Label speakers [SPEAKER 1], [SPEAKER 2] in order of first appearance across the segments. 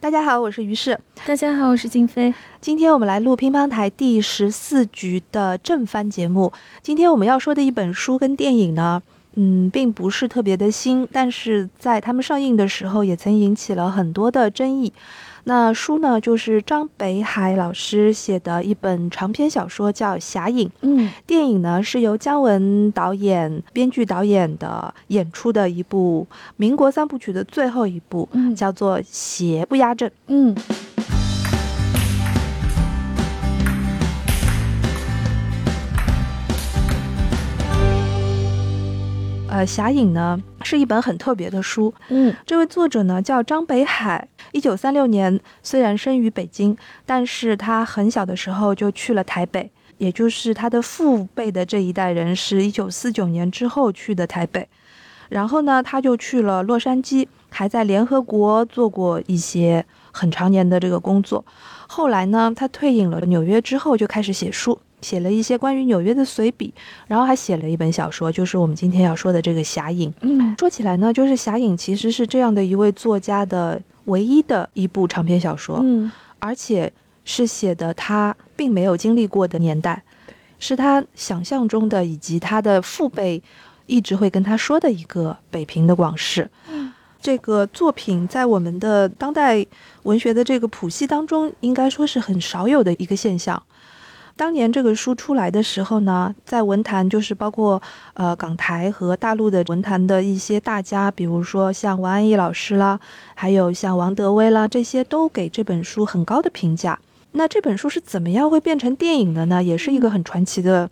[SPEAKER 1] 大家好，我是于适。
[SPEAKER 2] 大家好，我是静飞。
[SPEAKER 1] 今天我们来录乒乓台第十四局的正番节目。今天我们要说的一本书跟电影呢，嗯，并不是特别的新，但是在他们上映的时候，也曾引起了很多的争议。那书呢，就是张北海老师写的一本长篇小说，叫《侠影》。
[SPEAKER 2] 嗯
[SPEAKER 1] 电影呢是由姜文导演、编剧导演的演出的一部民国三部曲的最后一部，
[SPEAKER 2] 嗯
[SPEAKER 1] 叫做《邪不压正》。
[SPEAKER 2] 嗯
[SPEAKER 1] 呃，《侠影》呢是一本很特别的书。
[SPEAKER 2] 嗯
[SPEAKER 1] 这位作者呢叫张北海，一九三六年虽然生于北京，但是他很小的时候就去了台北，也就是他的父辈的这一代人是一九四九年之后去的台北。然后呢，他就去了洛杉矶，还在联合国做过一些很常年的这个工作。后来呢，他退隐了纽约之后，就开始写书，写了一些关于纽约的随笔，然后还写了一本小说，就是我们今天要说的这个《侠影》。
[SPEAKER 2] 嗯
[SPEAKER 1] 说起来呢，就是《侠影》其实是这样的一位作家的唯一的一部长篇小说，
[SPEAKER 2] 嗯
[SPEAKER 1] 而且是写的他并没有经历过的年代，是他想象中的，以及他的父辈一直会跟他说的一个北平的往事。
[SPEAKER 2] 嗯
[SPEAKER 1] 这个作品在我们的当代文学的这个谱系当中，应该说是很少有的一个现象。当年这个书出来的时候呢，在文坛就是包括呃港台和大陆的文坛的一些大家，比如说像王安忆老师啦，还有像王德威啦，这些都给这本书很高的评价。那这本书是怎么样会变成电影的呢？也是一个很传奇的，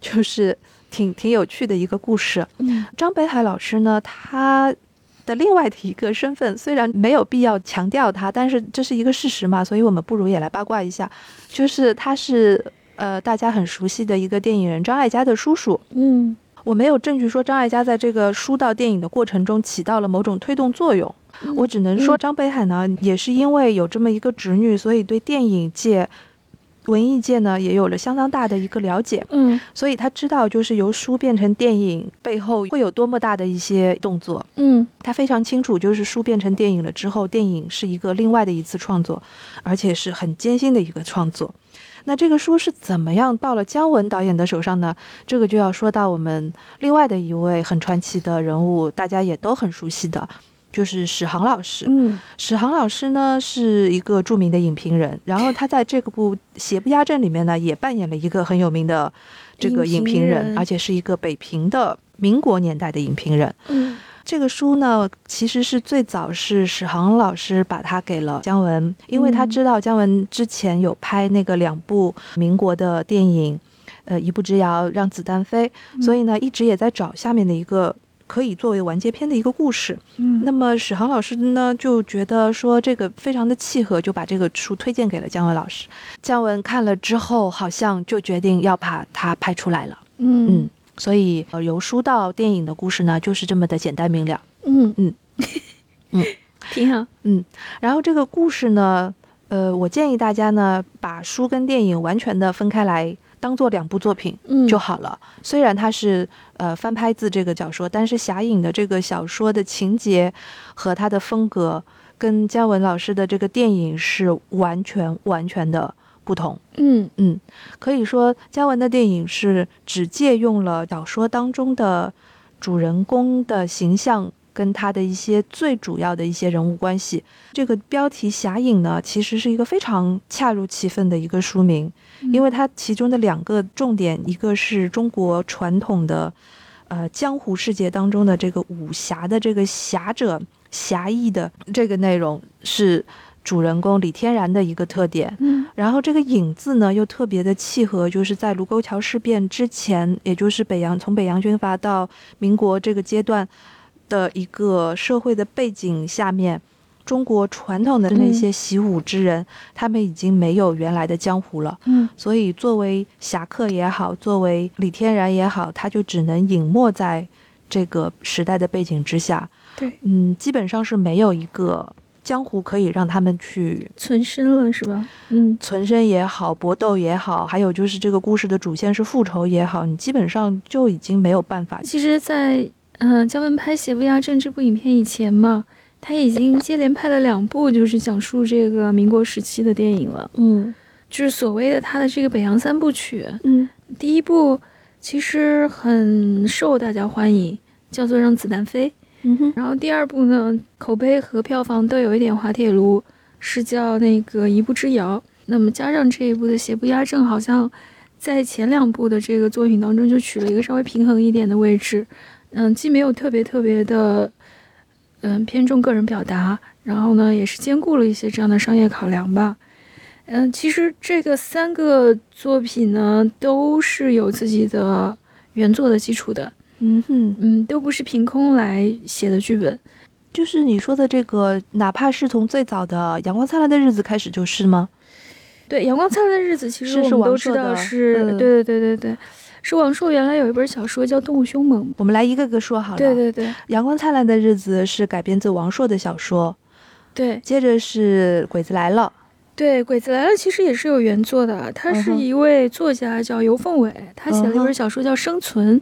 [SPEAKER 1] 就是挺挺有趣的一个故事。啊
[SPEAKER 2] 嗯
[SPEAKER 1] 张北海老师呢，他的另外的一个身份虽然没有必要强调他，但是这是一个事实嘛，所以我们不如也来八卦一下，就是他是呃大家很熟悉的一个电影人张艾嘉的叔叔。
[SPEAKER 2] 嗯
[SPEAKER 1] 我没有证据说张艾嘉在这个书到电影的过程中起到了某种推动作用，
[SPEAKER 2] 嗯
[SPEAKER 1] 我只能说张北海呢，也是因为有这么一个侄女，所以对电影界、文艺界呢也有了相当大的一个了解。
[SPEAKER 2] 嗯
[SPEAKER 1] 所以他知道，就是由书变成电影背后会有多么大的一些动作。
[SPEAKER 2] 嗯
[SPEAKER 1] 他非常清楚，就是书变成电影了之后，电影是一个另外的一次创作，而且是很艰辛的一个创作。那这个书是怎么样到了姜文导演的手上呢？这个就要说到我们另外的一位很传奇的人物，大家也都很熟悉的，就是史航老师。
[SPEAKER 2] 嗯
[SPEAKER 1] 史航老师呢是一个著名的影评人，然后他在这个部《邪不压正》里面呢也扮演了一个很有名的这个影
[SPEAKER 2] 影评
[SPEAKER 1] 评人，
[SPEAKER 2] 人
[SPEAKER 1] 而且是一个北平的民国年代的影评人。
[SPEAKER 2] 嗯
[SPEAKER 1] 这个书呢其实是最早是史航老师把它给了姜文，因为他
[SPEAKER 2] 嗯
[SPEAKER 1] 知道姜文之前有拍那个两部民国的电影，呃，《一步之遥》《让子弹飞》，
[SPEAKER 2] 嗯
[SPEAKER 1] 所以呢一直也在找下面的一个可以作为完结篇的一个故事。
[SPEAKER 2] 嗯
[SPEAKER 1] 那么史航老师呢，就觉得说这个非常的契合，就把这个书推荐给了姜文老师。姜文看了之后，好像就决定要把它拍出来了。
[SPEAKER 2] 嗯
[SPEAKER 1] 嗯，所以呃，由书到电影的故事呢，就是这么的简单明了。
[SPEAKER 2] 嗯
[SPEAKER 1] 嗯嗯
[SPEAKER 2] 挺好。
[SPEAKER 1] 然后这个故事呢，呃，我建议大家呢，把书跟电影完全的分开来，当做两部作品。
[SPEAKER 2] 嗯
[SPEAKER 1] 就好了。虽然它是呃翻拍自这个小说，但是侠影的这个小说的情节和它的风格跟姜文老师的这个电影是完全完全的不同。
[SPEAKER 2] 嗯
[SPEAKER 1] 嗯，可以说姜文的电影是只借用了小说当中的主人公的形象。跟他的一些最主要的一些人物关系，这个标题《侠影》呢，其实是一个非常恰如其分的一个书名，因
[SPEAKER 2] 嗯
[SPEAKER 1] 为它其中的两个重点，一个是中国传统的，呃，江湖世界当中的这个武侠的这个侠者侠义的这个内容是主人公李天然的一个特点。
[SPEAKER 2] 嗯
[SPEAKER 1] 然后这个影字呢，又特别的契合，就是在卢沟桥事变之前，也就是北洋从北洋军阀到民国这个阶段的一个社会的背景下面，中国传统的那些习武之人，他们已经没有原来的江湖了。
[SPEAKER 2] 嗯
[SPEAKER 1] 所以作为侠客也好，作为李天然也好，他就只能隐没在这个时代的背景之下。
[SPEAKER 2] 对，
[SPEAKER 1] 嗯，基本上是没有一个江湖可以让他们去
[SPEAKER 2] 存身了是吧？嗯
[SPEAKER 1] 存身也好，搏斗也好，还有就是这个故事的主线是复仇也好，你基本上就已经没有办法。
[SPEAKER 2] 其实在，呃姜文拍《邪不压正》这部影片以前嘛，他已经接连拍了两部，就是讲述这个民国时期的电影了。
[SPEAKER 1] 嗯
[SPEAKER 2] 就是所谓的他的这个北洋三部曲，
[SPEAKER 1] 嗯
[SPEAKER 2] 第一部其实很受大家欢迎，叫做《让子弹飞》。
[SPEAKER 1] 嗯哼，
[SPEAKER 2] 然后第二部呢，口碑和票房都有一点滑铁卢，是叫那个《一步之遥》。那么加上这一部的《邪不压正》，好像在前两部的这个作品当中就取了一个稍微平衡一点的位置。嗯，既没有特别特别的，嗯，偏重个人表达，然后呢，也是兼顾了一些这样的商业考量吧。嗯，其实这个三个作品呢，都是有自己的原作的基础的，
[SPEAKER 1] 嗯哼，
[SPEAKER 2] 嗯，都不是凭空来写的剧本。
[SPEAKER 1] 就是你说的这个，哪怕是从最早的《阳光灿烂的日子》开始就是吗？
[SPEAKER 2] 对，《阳光灿烂的日子》其
[SPEAKER 1] 是
[SPEAKER 2] 实我
[SPEAKER 1] 是
[SPEAKER 2] 们
[SPEAKER 1] 王
[SPEAKER 2] 都
[SPEAKER 1] 朔
[SPEAKER 2] 知道
[SPEAKER 1] 的
[SPEAKER 2] 是，
[SPEAKER 1] 嗯
[SPEAKER 2] 对对对对对，是王朔原来有一本小说叫《动物凶猛
[SPEAKER 1] 我们来一个个说好》，了。
[SPEAKER 2] 对对对
[SPEAKER 1] 阳光灿烂的日子》是改编自王朔的小说，
[SPEAKER 2] 对
[SPEAKER 1] 接着是《鬼子来了
[SPEAKER 2] 对，《鬼子来了》其实也是有原作的，他
[SPEAKER 1] 嗯
[SPEAKER 2] 是
[SPEAKER 1] 哼
[SPEAKER 2] 一位作家叫尤凤伟，他写了
[SPEAKER 1] 嗯
[SPEAKER 2] 一本
[SPEAKER 1] 哼
[SPEAKER 2] 小说叫《生存》，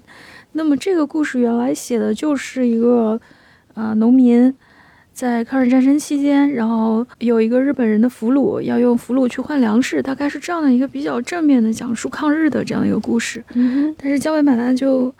[SPEAKER 2] 那么这个故事原来写的就是一个呃农民。在抗日战争期间，然后有一个日本人的俘虏要用俘虏去换粮食，大概是这样的一个比较正面的讲述抗日的这样的一个故事。》。
[SPEAKER 1] 嗯哼，
[SPEAKER 2] 但是姜维马纳就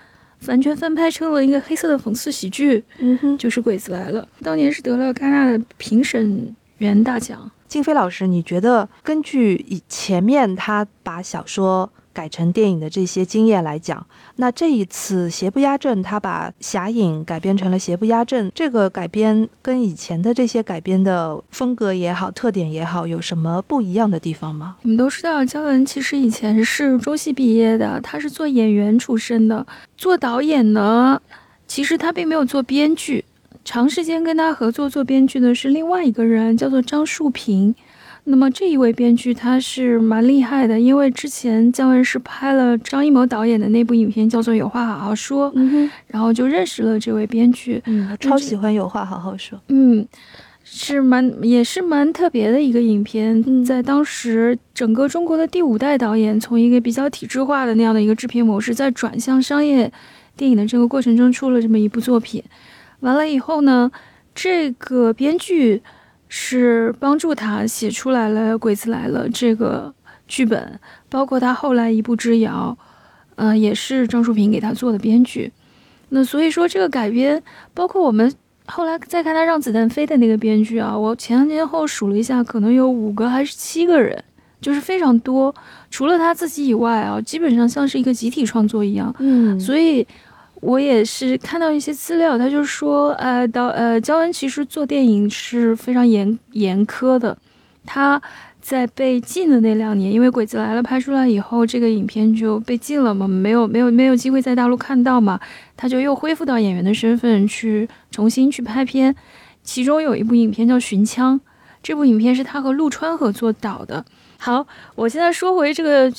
[SPEAKER 2] 完全翻拍成了一个黑色的讽刺喜剧，
[SPEAKER 1] 嗯哼。
[SPEAKER 2] 就是《鬼子来了》。当年是得了戛纳的评审员大奖。
[SPEAKER 1] 静飞老师，你觉得根据以前面他把小说改成电影的这些经验来讲，那这一次《邪不压正》他把《侠影》改编成了《邪不压正》，这个改编跟以前的这些改编的风格也好、特点也好，有什么不一样的地方吗？
[SPEAKER 2] 我们都知道，姜文其实以前是中戏毕业的，他是做演员出身的。做导演呢，其实他并没有做编剧。长时间跟他合作做编剧的是另外一个人，叫做张树平。那么这一位编剧他是蛮厉害的，因为之前姜文是拍了张艺谋导演的那部影片，叫做《有话好好说》。
[SPEAKER 1] 嗯哼，
[SPEAKER 2] 然后就认识了这位编剧，
[SPEAKER 1] 嗯，超喜欢有话好好说。
[SPEAKER 2] 嗯，是蛮也是蛮特别的一个影片，
[SPEAKER 1] 嗯
[SPEAKER 2] 在当时整个中国的第五代导演从一个比较体制化的那样的一个制片模式，在转向商业电影的这个过程中出了这么一部作品，完了以后呢，这个编剧是帮助他写出来了《鬼子来了》这个剧本，包括他后来《一步之遥》，呃，也是张树平给他做的编剧。那所以说这个改编，包括我们后来再看他《让子弹飞》的那个编剧啊，我前前后后数了一下，可能有五个还是七个人，就是非常多。除了他自己以外啊，基本上像是一个集体创作一样。
[SPEAKER 1] 嗯
[SPEAKER 2] 所以我也是看到一些资料，他就说，呃，导呃，姜文其实做电影是非常严严苛的，他。在被禁的那两年，因为《鬼子来了》拍出来以后，这个影片就被禁了嘛，没有没有没有机会在大陆看到嘛，他就又恢复到演员的身份去重新去拍片。其中有一部影片叫《寻枪》，这部影片是他和陆川合作导的。好，我现在说回这个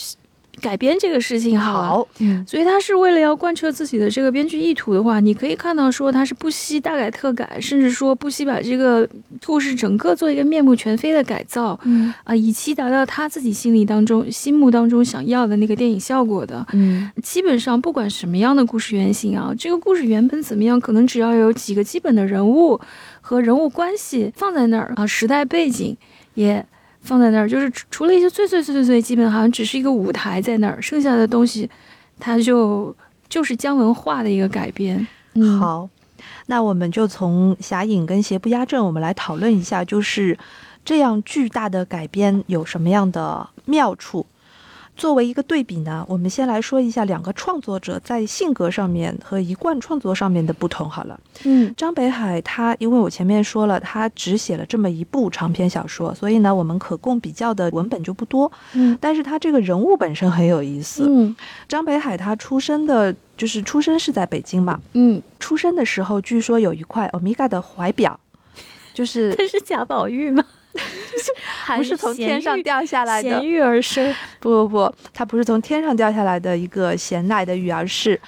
[SPEAKER 2] 改编这个事情好了，
[SPEAKER 1] 好，嗯
[SPEAKER 2] 所以他是为了要贯彻自己的这个编剧意图的话，你可以看到说他是不惜大改特改，甚至说不惜把这个故事整个做一个面目全非的改造啊、
[SPEAKER 1] 嗯
[SPEAKER 2] 以期达到他自己心里当中、心目当中想要的那个电影效果的。
[SPEAKER 1] 嗯
[SPEAKER 2] 基本上不管什么样的故事原型啊，这个故事原本怎么样，可能只要有几个基本的人物和人物关系放在那儿啊，时代背景也放在那儿，就是除除了一些最最最最最基本，好像只是一个舞台在那儿，剩下的东西，它就就是姜文化的一个改编。嗯，，
[SPEAKER 1] 好，那我们就从《侠影》跟《邪不压正》，我们来讨论一下，就是这样巨大的改编有什么样的妙处。作为一个对比呢，我们先来说一下两个创作者在性格上面和一贯创作上面的不同。好了，
[SPEAKER 2] 嗯
[SPEAKER 1] 张北海他，因为我前面说了，他只写了这么一部长篇小说，所以呢，我们可供比较的文本就不多。
[SPEAKER 2] 嗯
[SPEAKER 1] 但是他这个人物本身很有意思。
[SPEAKER 2] 嗯
[SPEAKER 1] 张北海他出生的就是出生是在北京嘛，
[SPEAKER 2] 嗯，
[SPEAKER 1] 出生的时候，据说有一块欧米伽的怀 表，就是
[SPEAKER 2] 这是贾宝玉 吗？不
[SPEAKER 1] 不是从天上掉下来 的
[SPEAKER 2] 咸？鱼而生。
[SPEAKER 1] 不不不，它不是从天上掉下来的一个闲来的玉，而是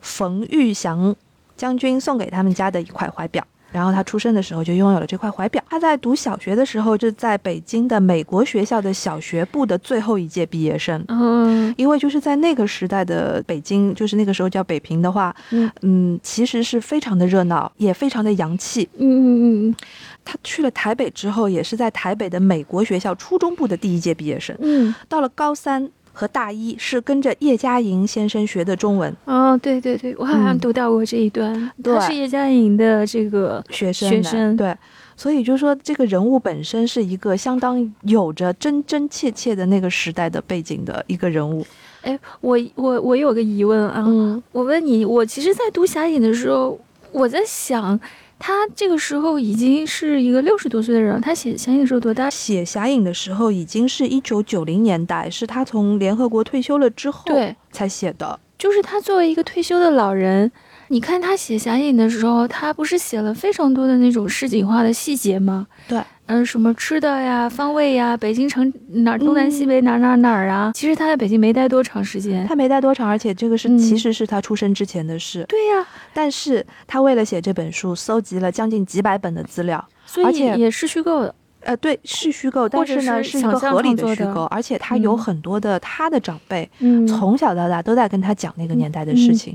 [SPEAKER 1] 冯玉祥将军送给他们家的一块怀表。然后他出生的时候就拥有了这块怀表。他在读小学的时候，就在北京的美国学校的小学部的最后一届毕业生。
[SPEAKER 2] 嗯
[SPEAKER 1] 因为就是在那个时代的北京，就是那个时候叫北平的话，
[SPEAKER 2] 嗯
[SPEAKER 1] 嗯，其实是非常的热闹，也非常的洋气。
[SPEAKER 2] 嗯嗯嗯
[SPEAKER 1] 他去了台北之后，也是在台北的美国学校初中部的第一届毕业生。
[SPEAKER 2] 嗯，
[SPEAKER 1] 到了高三和大一，是跟着叶嘉莹先生学的中文
[SPEAKER 2] 哦，对对对，我好像
[SPEAKER 1] 嗯
[SPEAKER 2] 读到过这一段，
[SPEAKER 1] 对
[SPEAKER 2] 他是叶嘉莹的这个，
[SPEAKER 1] 学生
[SPEAKER 2] 学
[SPEAKER 1] 的，
[SPEAKER 2] 生
[SPEAKER 1] 对。所以就说，这个人物本身是一个相当有着真真切切的那个时代的背景的一个人物。
[SPEAKER 2] 哎，我我我有个疑问啊，
[SPEAKER 1] 嗯
[SPEAKER 2] 我问你，我其实，在读《侠影》的时候，我在想，他这个时候已经是一个六十多岁的人了，他写《侠影》的时候多大？
[SPEAKER 1] 写《侠影》的时候已经是一九九零年代，是他从联合国退休了之后
[SPEAKER 2] 对，
[SPEAKER 1] 才写的。
[SPEAKER 2] 就是他作为一个退休的老人，你看他写《侠影》的时候，他不是写了非常多的那种市井化的细节吗？
[SPEAKER 1] 对，
[SPEAKER 2] 嗯，什么吃的呀、方位呀、北京城哪儿、东南西北哪儿哪儿哪儿啊？其实他在北京没待多长时间。
[SPEAKER 1] 嗯他没待多长，而且这个是、
[SPEAKER 2] 嗯
[SPEAKER 1] 其实是他出生之前的事。
[SPEAKER 2] 对呀、
[SPEAKER 1] 但是他为了写这本书，搜集了将近几百本的资料。
[SPEAKER 2] 所
[SPEAKER 1] 而
[SPEAKER 2] 以
[SPEAKER 1] 且
[SPEAKER 2] 也是虚构的。
[SPEAKER 1] 呃，对，是虚构，但
[SPEAKER 2] 或者
[SPEAKER 1] 是呢，
[SPEAKER 2] 是
[SPEAKER 1] 是一个
[SPEAKER 2] 想象
[SPEAKER 1] 合理的
[SPEAKER 2] 创
[SPEAKER 1] 虚
[SPEAKER 2] 作的
[SPEAKER 1] 构，而且他有
[SPEAKER 2] 嗯
[SPEAKER 1] 很多的他的长辈、
[SPEAKER 2] 嗯，
[SPEAKER 1] 从小到大都在跟他讲那个年代的事情。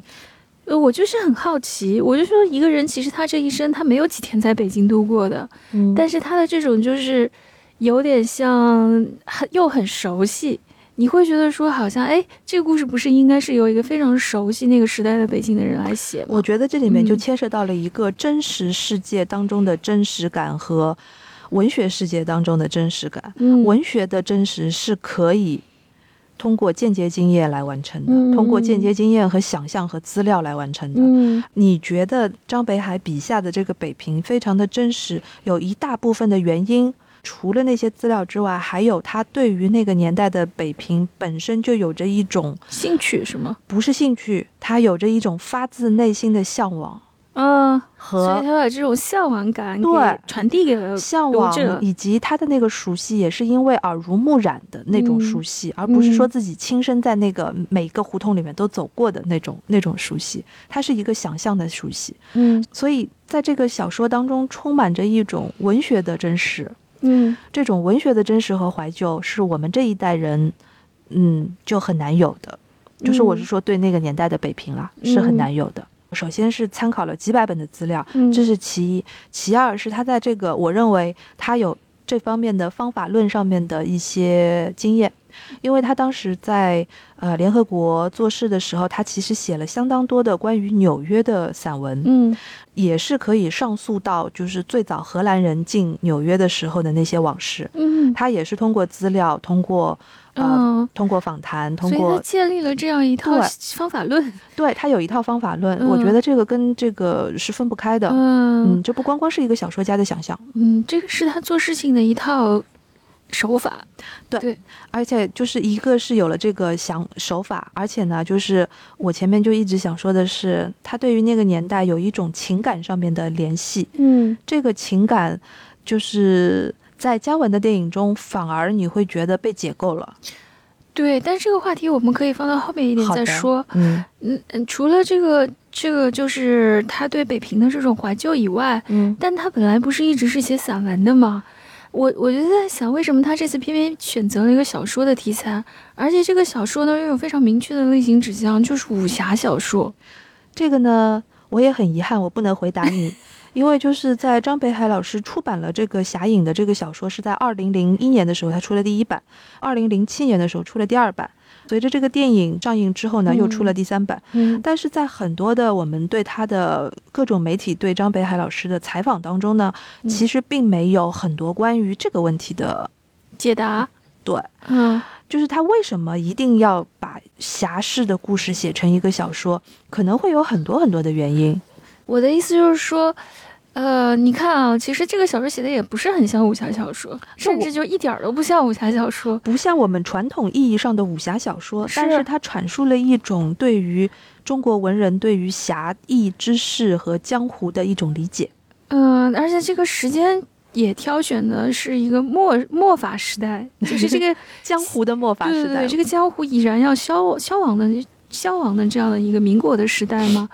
[SPEAKER 2] 呃，我就是很好奇，我就说一个人其实他这一生他没有几天在北京度过的，
[SPEAKER 1] 嗯
[SPEAKER 2] 但是他的这种就是有点像很又很熟悉，你会觉得说好像哎，这个故事不是应该是由一个非常熟悉那个时代的北京的人来写吗？
[SPEAKER 1] 我觉得这里面就
[SPEAKER 2] 嗯
[SPEAKER 1] 牵涉到了一个真实世界当中的真实感和文学世界当中的真实感。
[SPEAKER 2] 嗯
[SPEAKER 1] 文学的真实是可以通过间接经验来完成的，
[SPEAKER 2] 嗯
[SPEAKER 1] 通过间接经验和想象和资料来完成的。
[SPEAKER 2] 嗯
[SPEAKER 1] 你觉得张北海笔下的这个北平非常的真实，有一大部分的原因，除了那些资料之外，还有他对于那个年代的北平本身就有着一种
[SPEAKER 2] 兴趣是吗？
[SPEAKER 1] 不是兴趣，他有着一种发自内心的向往
[SPEAKER 2] 嗯，所以
[SPEAKER 1] 和
[SPEAKER 2] 他把这种向往感给
[SPEAKER 1] 对
[SPEAKER 2] 传递给了
[SPEAKER 1] 向
[SPEAKER 2] 读
[SPEAKER 1] 往
[SPEAKER 2] 者，，
[SPEAKER 1] 以及他的那个熟悉，也是因为耳濡目染的那种
[SPEAKER 2] 嗯
[SPEAKER 1] 熟悉，而不是说
[SPEAKER 2] 嗯
[SPEAKER 1] 自己亲身在那个每个胡同里面都走过的那种那种熟悉，它是一个想象的熟悉。
[SPEAKER 2] 嗯
[SPEAKER 1] 所以在这个小说当中，充满着一种文学的真实，
[SPEAKER 2] 嗯
[SPEAKER 1] 这种文学的真实和怀旧，是我们这一代人，嗯，就很难有的。就是我是说，对那个年代的北平啦，是很难有的。首先是参考了几百本的资料，
[SPEAKER 2] 嗯，
[SPEAKER 1] 这是其一；其二是他在这个，我认为他有这方面的方法论上面的一些经验，因为他当时在呃联合国做事的时候，他其实写了相当多的关于纽约的散文，
[SPEAKER 2] 嗯
[SPEAKER 1] 也是可以上溯到就是最早荷兰人进纽约的时候的那些往事。
[SPEAKER 2] 嗯
[SPEAKER 1] 他也是通过资料，通过呃，
[SPEAKER 2] 嗯。
[SPEAKER 1] 通过访谈，通
[SPEAKER 2] 所以他
[SPEAKER 1] 过
[SPEAKER 2] 建立了这样一套
[SPEAKER 1] 对
[SPEAKER 2] 方法论，
[SPEAKER 1] 对他有一套方法论。
[SPEAKER 2] 嗯
[SPEAKER 1] 我觉得这个跟这个是分不开的。
[SPEAKER 2] 嗯
[SPEAKER 1] 嗯，这不光光是一个小说家的想象，
[SPEAKER 2] 嗯，这个是他做事情的一套手法。
[SPEAKER 1] 而且就是一个是有了这个想手法，而且呢，就是我前面就一直想说的是，他对于那个年代有一种情感上面的联系，
[SPEAKER 2] 嗯
[SPEAKER 1] 这个情感就是在姜文的电影中，反而你会觉得被解构了。
[SPEAKER 2] 对，但这个话题我们可以放到后面一点
[SPEAKER 1] 好
[SPEAKER 2] 再
[SPEAKER 1] 的
[SPEAKER 2] 说。
[SPEAKER 1] 嗯
[SPEAKER 2] 嗯嗯，除了这个这个就是他对北平的这种怀旧以外，
[SPEAKER 1] 嗯，
[SPEAKER 2] 但他本来不是一直是写散文的吗？我我就在想，为什么他这次偏偏选择了一个小说的题材，而且这个小说呢又有非常明确的类型指向，就是武侠小说。
[SPEAKER 1] 这个呢，我也很遗憾，我不能回答你。因为就是在张北海老师出版了这个《侠影》的这个小说，是在二零零一年的时候，他出了第一版；二零零七年的时候出了第二版。随着这个电影上映之后呢，又出了第三版。
[SPEAKER 2] 嗯
[SPEAKER 1] 但是在很多的我们对他的各种媒体对张北海老师的采访当中呢，
[SPEAKER 2] 嗯
[SPEAKER 1] 其实并没有很多关于这个问题的
[SPEAKER 2] 解答。
[SPEAKER 1] 对，
[SPEAKER 2] 嗯
[SPEAKER 1] 就是他为什么一定要把侠士的故事写成一个小说，可能会有很多很多的原因。
[SPEAKER 2] 我的意思就是说，呃，你看啊，其实这个小说写的也不是很像武侠小说，甚至就一点儿都不像武侠小说。
[SPEAKER 1] 不像我们传统意义上的武侠小说，
[SPEAKER 2] 是
[SPEAKER 1] 但是它阐述了一种对于中国文人对于侠义之士和江湖的一种理解。
[SPEAKER 2] 嗯、而且这个时间也挑选的是一个末末法时代，就是这个
[SPEAKER 1] 江湖的末 法
[SPEAKER 2] 对
[SPEAKER 1] 时
[SPEAKER 2] 对
[SPEAKER 1] 代
[SPEAKER 2] 对，，这个江湖已然要消消亡的消亡的这样的一个民国的时代嘛。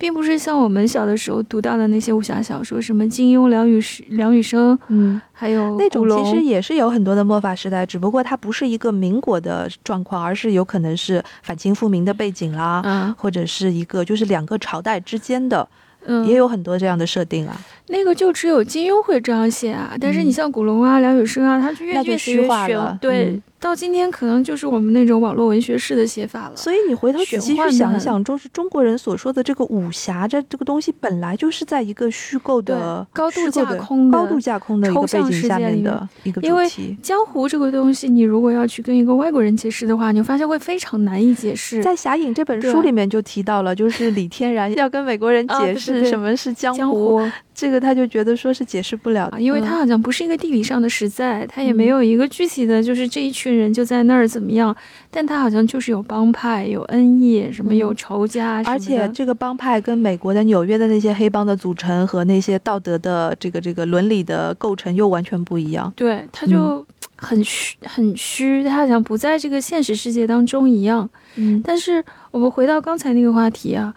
[SPEAKER 2] 并不是像我们小的时候读到的那些武侠小说，什么金庸、梁羽梁羽生，
[SPEAKER 1] 嗯，
[SPEAKER 2] 还有
[SPEAKER 1] 那种
[SPEAKER 2] 古龙
[SPEAKER 1] 其实也是有很多的末法时代，只不过它不是一个民国的状况，而是有可能是反清复明的背景啦，
[SPEAKER 2] 啊，
[SPEAKER 1] 或者是一个就是两个朝代之间的，
[SPEAKER 2] 嗯，
[SPEAKER 1] 也有很多这样的设定啊。
[SPEAKER 2] 那个就只有金庸会这样写啊，但是你
[SPEAKER 1] 嗯
[SPEAKER 2] 像古龙啊、梁羽生啊，他就越
[SPEAKER 1] 那就
[SPEAKER 2] 越写越
[SPEAKER 1] 虚化
[SPEAKER 2] 玄
[SPEAKER 1] 了
[SPEAKER 2] 对，
[SPEAKER 1] 嗯
[SPEAKER 2] 到今天可能就是我们那种网络文学式的写法了。
[SPEAKER 1] 所以你回头仔
[SPEAKER 2] 玄
[SPEAKER 1] 细去
[SPEAKER 2] 幻
[SPEAKER 1] 想
[SPEAKER 2] 漫
[SPEAKER 1] 一想，就是中国人所说的这个武侠这这个东西，本来就是在一个虚构的
[SPEAKER 2] 对、高度
[SPEAKER 1] 虚构
[SPEAKER 2] 架
[SPEAKER 1] 的
[SPEAKER 2] 空
[SPEAKER 1] 高
[SPEAKER 2] 的
[SPEAKER 1] 度架空的一个
[SPEAKER 2] 抽
[SPEAKER 1] 背
[SPEAKER 2] 象
[SPEAKER 1] 景
[SPEAKER 2] 世
[SPEAKER 1] 下
[SPEAKER 2] 界里
[SPEAKER 1] 面
[SPEAKER 2] 面
[SPEAKER 1] 的一个
[SPEAKER 2] 因为
[SPEAKER 1] 主题。
[SPEAKER 2] 江湖这个东西，你如果要去跟一个外国人解释的话，你会发现会非常难以解释。
[SPEAKER 1] 在《侠影》这本
[SPEAKER 2] 对
[SPEAKER 1] 书里面就提到了， 就是李天然要跟美国人
[SPEAKER 2] 啊对
[SPEAKER 1] 解
[SPEAKER 2] 对
[SPEAKER 1] 释
[SPEAKER 2] 对
[SPEAKER 1] 什么是江湖，
[SPEAKER 2] 江湖
[SPEAKER 1] 这个他就觉得说是解释不了
[SPEAKER 2] 啊，
[SPEAKER 1] 的，
[SPEAKER 2] 因为它
[SPEAKER 1] 嗯
[SPEAKER 2] 好像不是一个地理上的实在，它也
[SPEAKER 1] 嗯
[SPEAKER 2] 没有一个具体的，就是这一群人就在那儿怎么样，但它好像就是有帮派、有恩义，什么
[SPEAKER 1] 嗯
[SPEAKER 2] 有仇家什么的，
[SPEAKER 1] 而且这个帮派跟美国的纽约的那些黑帮的组成和那些道德的这个这个伦理的构成又完全不一样。
[SPEAKER 2] 对，他
[SPEAKER 1] 嗯
[SPEAKER 2] 就很虚、很虚，他好像不在这个现实世界当中一样。
[SPEAKER 1] 嗯，
[SPEAKER 2] 但是我们回到刚才那个话题啊，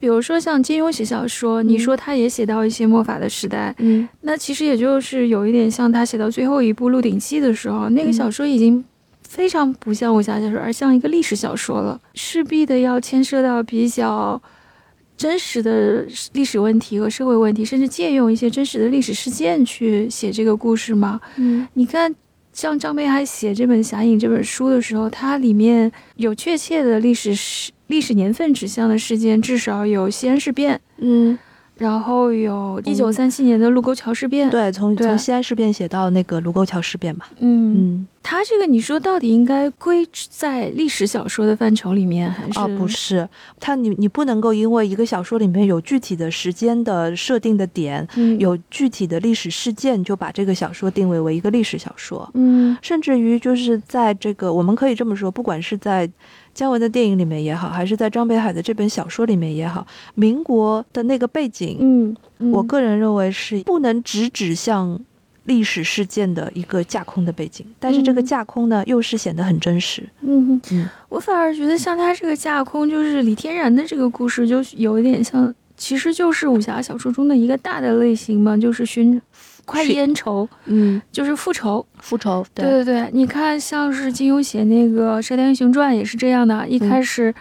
[SPEAKER 2] 比如说像金庸写小说，你
[SPEAKER 1] 嗯
[SPEAKER 2] 说他也写到一些末法的时代，
[SPEAKER 1] 嗯，
[SPEAKER 2] 那其实也就是有一点像他写到最后一部《鹿鼎记》的时候，那个
[SPEAKER 1] 嗯
[SPEAKER 2] 小说已经。非常不像武侠小说，而像一个历史小说了，势必的要牵涉到比较真实的历史问题和社会问题，甚至借用一些真实的历史事件去写这个故事嘛。
[SPEAKER 1] 嗯，
[SPEAKER 2] 你看，像张北海写这本《侠影》这本书的时候，它里面有确切的历史事、历史年份指向的事件，至少有西安事变，
[SPEAKER 1] 嗯，
[SPEAKER 2] 然后有一九三七年的卢沟桥事变。，
[SPEAKER 1] 对，从
[SPEAKER 2] 对
[SPEAKER 1] 从西安事变写到那个卢沟桥事变嘛，
[SPEAKER 2] 嗯，
[SPEAKER 1] 嗯，
[SPEAKER 2] 它这个你说到底应该归在历史小说的范畴里面，还是？
[SPEAKER 1] 哦，不是，它你你不能够因为一个小说里面有具体的时间的设定的点，
[SPEAKER 2] 嗯，，
[SPEAKER 1] 有具体的历史事件，就把这个小说定位为一个历史小说。
[SPEAKER 2] 嗯
[SPEAKER 1] 甚至于就是在这个，我们可以这么说，不管是在姜文的电影里面也好，还是在张北海的这本小说里面也好，民国的那个背景，
[SPEAKER 2] 嗯，嗯
[SPEAKER 1] 我个人认为是不能只指向历史事件的一个架空的背景，但是这个
[SPEAKER 2] 嗯
[SPEAKER 1] 架空呢，又是显得很真实。
[SPEAKER 2] 嗯
[SPEAKER 1] 嗯，
[SPEAKER 2] 我反而觉得像他这个架空，就是李天然的这个故事，就有一点像，其实就是武侠小说中的一个大的类型嘛，就是寻快意
[SPEAKER 1] 寻
[SPEAKER 2] 恩仇，
[SPEAKER 1] 嗯，
[SPEAKER 2] 就是复仇。
[SPEAKER 1] 复仇，
[SPEAKER 2] 对对，你看像是金庸写那个《射雕英雄传》也是这样的，一开始，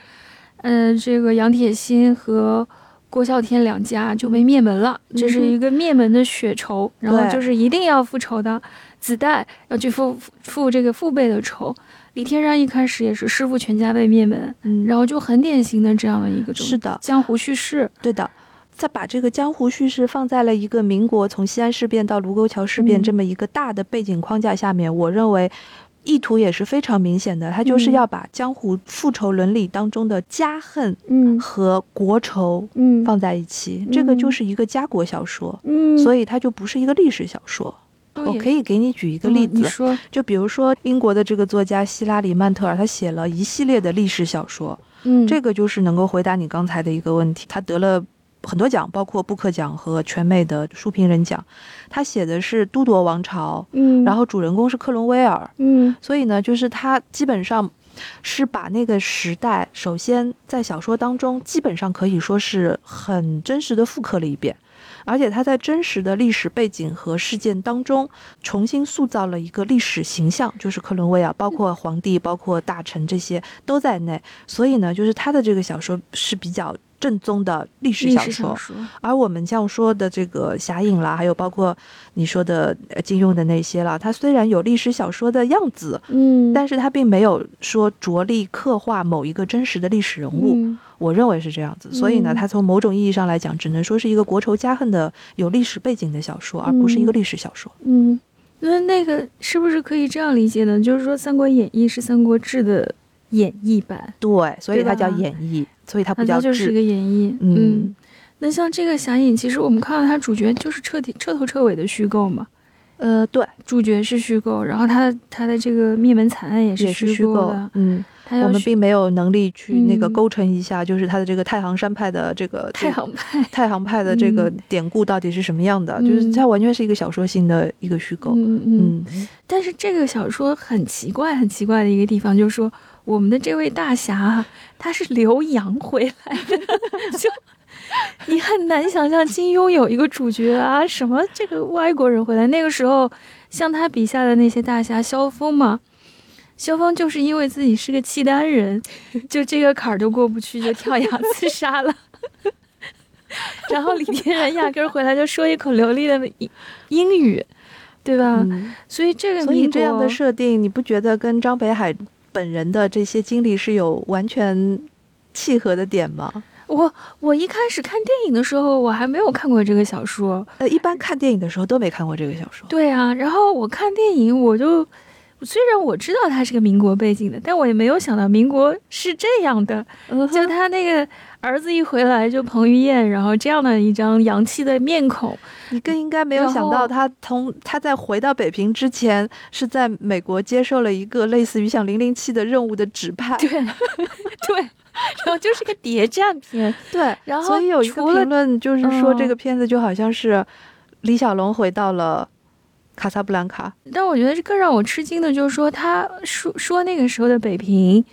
[SPEAKER 2] 嗯、这个杨铁心和。郭啸天两家就被灭门了，这是
[SPEAKER 1] 嗯哼
[SPEAKER 2] 一个灭门的血仇，然后
[SPEAKER 1] 对
[SPEAKER 2] 就是一定要复仇的，子代要去复复这个父辈的仇。李天然一开始也是师傅全家被灭门，
[SPEAKER 1] 嗯，
[SPEAKER 2] 然后就很典型的这样的一个种
[SPEAKER 1] 是的，
[SPEAKER 2] 江湖叙事，
[SPEAKER 1] 对的。再把这个江湖叙事放在了一个民国从西安事变到卢沟桥事变
[SPEAKER 2] 嗯
[SPEAKER 1] 这么一个大的背景框架下面，我认为意图也是非常明显的，它就是
[SPEAKER 2] 嗯
[SPEAKER 1] 要把江湖复仇伦理当中的家恨
[SPEAKER 2] 嗯
[SPEAKER 1] 和国仇
[SPEAKER 2] 嗯
[SPEAKER 1] 放在一起，这个就
[SPEAKER 2] 嗯
[SPEAKER 1] 是一个家国小说，
[SPEAKER 2] 嗯，
[SPEAKER 1] 所
[SPEAKER 2] 以
[SPEAKER 1] 以它就不是一个历史小说。我可以给你举一个例
[SPEAKER 2] 嗯你
[SPEAKER 1] 子，
[SPEAKER 2] 说，
[SPEAKER 1] 就比如说英国的这个作家希拉里·曼特尔，他写了一系列的历史小说，
[SPEAKER 2] 嗯，
[SPEAKER 1] 这个就是能够回答你刚才的一个问题。他得了很多奖，包括布克奖和全美的书评人奖。他写的是都铎王朝，
[SPEAKER 2] 嗯，
[SPEAKER 1] 然后主人公是克伦威尔，
[SPEAKER 2] 嗯
[SPEAKER 1] 所以呢，就是他基本上是把那个时代，首先在小说当中基本上可以说是很真实的复刻了一遍。而且他在真实的历史背景和事件当中，重新塑造了一个历史形象，就是克伦威尔，包括皇帝、包括大臣这些都在内。所以呢，就是他的这个小说是比较正宗的历史
[SPEAKER 2] 历
[SPEAKER 1] 小
[SPEAKER 2] 史
[SPEAKER 1] 说
[SPEAKER 2] 小，说，
[SPEAKER 1] 而我们像说的这个《侠影》啦，还有包括你说的呃金庸的那些啦，它虽然有历史小说的样子，
[SPEAKER 2] 嗯，
[SPEAKER 1] 但是它并没有说着力刻画某一个真实的历史人物，
[SPEAKER 2] 嗯
[SPEAKER 1] 我认为是这样子。所以呢，
[SPEAKER 2] 嗯
[SPEAKER 1] 它从某种意义上来讲，只能说是一个国仇家恨的有历史背景的小说，而不是一个历史小说。
[SPEAKER 2] 嗯，那那个是不是可以这样理解呢？就是说，《三国演义》是《三国志》的演绎版，
[SPEAKER 1] 对，所以
[SPEAKER 2] 对吧
[SPEAKER 1] 它
[SPEAKER 2] 啊
[SPEAKER 1] 叫演绎，所以它不
[SPEAKER 2] 那它
[SPEAKER 1] 叫
[SPEAKER 2] 就是一
[SPEAKER 1] 志。
[SPEAKER 2] 个演绎。
[SPEAKER 1] 嗯，
[SPEAKER 2] 那像这个《侠影》，其实我们看到它主角就是彻底彻头彻尾的虚构嘛，
[SPEAKER 1] 呃，对，
[SPEAKER 2] 主角是虚构，然后他他的这个灭门惨案也是
[SPEAKER 1] 也是虚
[SPEAKER 2] 构
[SPEAKER 1] 构
[SPEAKER 2] 的，。
[SPEAKER 1] 嗯，
[SPEAKER 2] 他要
[SPEAKER 1] 我们
[SPEAKER 2] 虚
[SPEAKER 1] 并没有能力去那个
[SPEAKER 2] 嗯
[SPEAKER 1] 构成一下，就是它的这个太行山派的这个
[SPEAKER 2] 太行派，
[SPEAKER 1] 太行派的这个
[SPEAKER 2] 嗯
[SPEAKER 1] 典故到底是什么样的？
[SPEAKER 2] 嗯
[SPEAKER 1] 就是它完全是一个小说性的一个虚构。
[SPEAKER 2] 嗯嗯。
[SPEAKER 1] 嗯
[SPEAKER 2] 但是这个小说很奇怪，很奇怪的一个地方就是 说，我们的这位大侠啊他是留洋回来的，就你很难想象金庸有一个主角啊，什么这个外国人回来，那个时候像他笔下的那些大侠，萧峰嘛，萧峰就是因为自己是个契丹人，就这个坎儿就过不去，就跳崖自杀了。 然后李天然压根儿回来就说一口流利的英英语，对吧？
[SPEAKER 1] 嗯
[SPEAKER 2] 所以这个
[SPEAKER 1] 所以
[SPEAKER 2] 民
[SPEAKER 1] 这样的
[SPEAKER 2] 国
[SPEAKER 1] 设定，你不觉得跟张北海本人的这些经历是有完全契合的点吗？
[SPEAKER 2] 我我一开始看电影的时候，我还没有看过这个小说。
[SPEAKER 1] 呃，一般看电影的时候都没看过这个小说。
[SPEAKER 2] 对啊，然后我看电影，我就虽然我知道它是个民国背景的，但我也没有想到民国是这样的。
[SPEAKER 1] 嗯
[SPEAKER 2] 就他那个儿子一回来就彭于晏，然后这样的一张洋气的面孔，
[SPEAKER 1] 你更应该没有
[SPEAKER 2] 然
[SPEAKER 1] 想
[SPEAKER 2] 后
[SPEAKER 1] 到，他从他在回到北平之前，是在美国接受了一个类似于像零零七的任务的指派。
[SPEAKER 2] 对对，然后就是个谍战片。
[SPEAKER 1] 对，
[SPEAKER 2] 然后
[SPEAKER 1] 所以有一个
[SPEAKER 2] 除了
[SPEAKER 1] 评论就是说，
[SPEAKER 2] 嗯
[SPEAKER 1] 这个片子就好像是李小龙回到了卡萨布兰卡。
[SPEAKER 2] 但我觉得更让我吃惊的就是说，他说说那个时候的北平，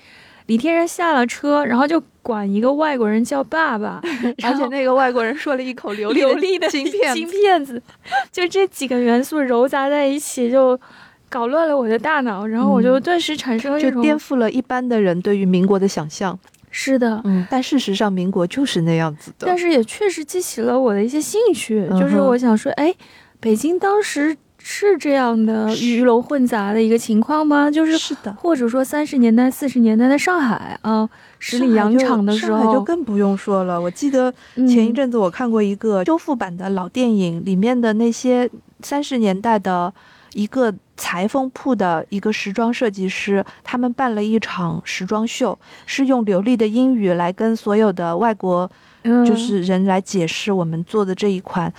[SPEAKER 2] 李天然下了车，然后就管一个外国人叫 爸爸，
[SPEAKER 1] 而
[SPEAKER 2] 嗯然
[SPEAKER 1] 且
[SPEAKER 2] 后
[SPEAKER 1] 那个外国人说了一口流利
[SPEAKER 2] 流利的
[SPEAKER 1] 金片
[SPEAKER 2] 金
[SPEAKER 1] 子，
[SPEAKER 2] 骗子， 就这几个元素糅杂在一起，就搞乱了我的大脑，然后我就
[SPEAKER 1] 嗯
[SPEAKER 2] 顿时产生一
[SPEAKER 1] 就
[SPEAKER 2] 种、
[SPEAKER 1] 颠覆了一般的人对于民国的想象。
[SPEAKER 2] 是的。
[SPEAKER 1] 嗯，但事实上民国就是那样子的
[SPEAKER 2] 但。是也确实激起了我的一些兴趣，
[SPEAKER 1] 嗯哼
[SPEAKER 2] 就是我想说，哎，北京当时是这样的
[SPEAKER 1] 是
[SPEAKER 2] 鱼龙混杂的一个情况吗？就是
[SPEAKER 1] 是的，
[SPEAKER 2] 或者说三十年代、四十年代的上海啊，十里洋场的时
[SPEAKER 1] 上海就上海就
[SPEAKER 2] 候，
[SPEAKER 1] 更不用说了。我记得
[SPEAKER 2] 嗯
[SPEAKER 1] 前一阵子我看过一个修复版的老电影，里面的那些三十年代的一个裁缝铺的一个时装设计师，他们办了一场时装秀，是用流利的英语来跟所有的外国
[SPEAKER 2] 嗯
[SPEAKER 1] 就是人来解释我们做的这一款。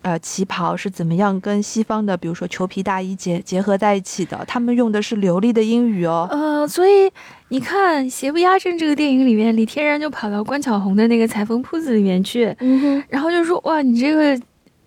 [SPEAKER 1] 呃，旗袍是怎么样跟西方的，比如说裘皮大衣结结合在一起的？他们用的是流利的英语哦。
[SPEAKER 2] 呃，所以你看《邪不压正》这个电影里面，李天然就跑到关巧红的那个裁缝铺子里面去，
[SPEAKER 1] 嗯哼，
[SPEAKER 2] 然后就说：“哇，你这个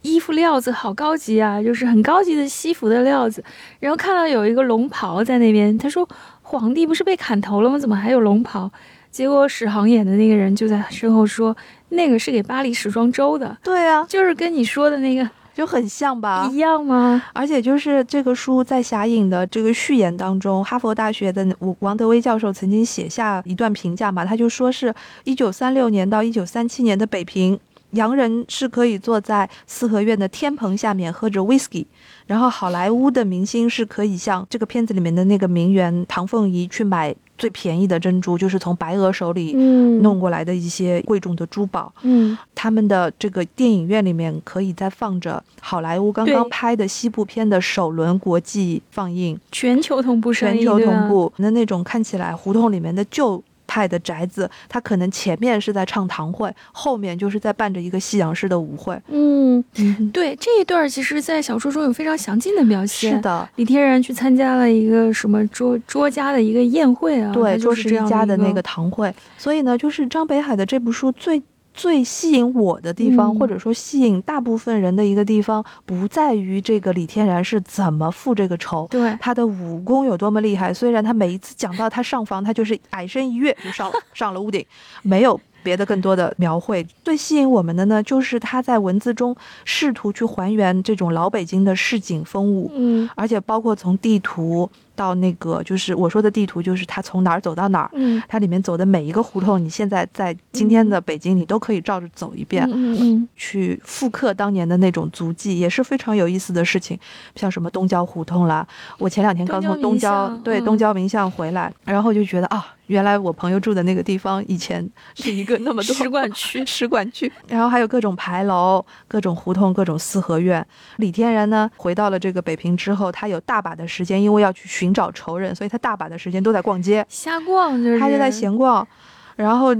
[SPEAKER 2] 衣服料子好高级啊，就是很高级的西服的料子。”然后看到有一个龙袍在那边，他说：“皇帝不是被砍头了吗？怎么还有龙袍？”结果史航演的那个人就在身后说：“那个是给巴黎时装周的，
[SPEAKER 1] 对啊，
[SPEAKER 2] 就是跟你说的那个
[SPEAKER 1] 就很像吧
[SPEAKER 2] 一。样吗？”
[SPEAKER 1] 而且就是这个书在侠影的这个序言当中，哈佛大学的王王德威教授曾经写下一段评价嘛，他就说是一九三六年到一九三七年的北平。洋人是可以坐在四合院的天棚下面喝着 whisky，然后好莱坞的明星是可以像这个片子里面的那个名媛唐凤仪去买最便宜的珍珠，就是从白俄手里
[SPEAKER 2] 嗯
[SPEAKER 1] 弄过来的一些贵重的珠宝。
[SPEAKER 2] 嗯，
[SPEAKER 1] 他们的这个电影院里面可以再放着好莱坞刚刚
[SPEAKER 2] 对
[SPEAKER 1] 拍的西部片的首轮国际放映，
[SPEAKER 2] 全球同步生
[SPEAKER 1] 全
[SPEAKER 2] 意，
[SPEAKER 1] 球
[SPEAKER 2] 对吧啊
[SPEAKER 1] 同。步。那那种看起来胡同里面的旧派的宅子，它可能前面是在唱堂会，后面就是在办着一个西洋式的舞会。
[SPEAKER 2] 嗯，
[SPEAKER 1] 嗯，
[SPEAKER 2] 对这一段儿，其实，在小说中有非常详尽的描写。
[SPEAKER 1] 是，的，
[SPEAKER 2] 李天然去参加了一个什么卓卓家的一个宴会啊，
[SPEAKER 1] 对，
[SPEAKER 2] 他
[SPEAKER 1] 就
[SPEAKER 2] 就是这样
[SPEAKER 1] 一家
[SPEAKER 2] 的
[SPEAKER 1] 的
[SPEAKER 2] 一
[SPEAKER 1] 那个堂会。所以呢，就是张北海的这部书最最吸引我的地方，
[SPEAKER 2] 嗯
[SPEAKER 1] 或者说吸引大部分人的一个地方，不在于这个李天然是怎么付这个仇，
[SPEAKER 2] 对，
[SPEAKER 1] 他的武功有多么厉害。 虽然他每一次讲到他上房，他就是矮身一跃就上 了上了屋顶，没有别的更多的描绘。最吸引我们的呢，就是他在文字中试图去还原这种老北京的市井风物，
[SPEAKER 2] 嗯
[SPEAKER 1] 而且包括从地图到那个，就是我说的地图，就是他从哪儿走到哪儿。
[SPEAKER 2] 嗯
[SPEAKER 1] 它里面走的每一个胡同，你现在在今天的北京，你都可以照着走一遍。
[SPEAKER 2] 嗯 嗯嗯，
[SPEAKER 1] 去复刻当年的那种足迹，也是非常有意思的事情。像什么东郊胡同啦，我前两天刚从东郊
[SPEAKER 2] 东郊民巷
[SPEAKER 1] 对
[SPEAKER 2] 嗯
[SPEAKER 1] 东郊名巷回来，然后就觉得啊，原来我朋友住的那个地方以前是一个那么 多
[SPEAKER 2] 使馆 区
[SPEAKER 1] 使馆区，然后还有各种牌楼、各种胡同、各种四合院。李天然呢，回到了这个北平之后，他有大把的时间，因为要去寻找仇人，所以他大把的时间都在逛街，
[SPEAKER 2] 瞎逛就是，
[SPEAKER 1] 他就在闲逛，然后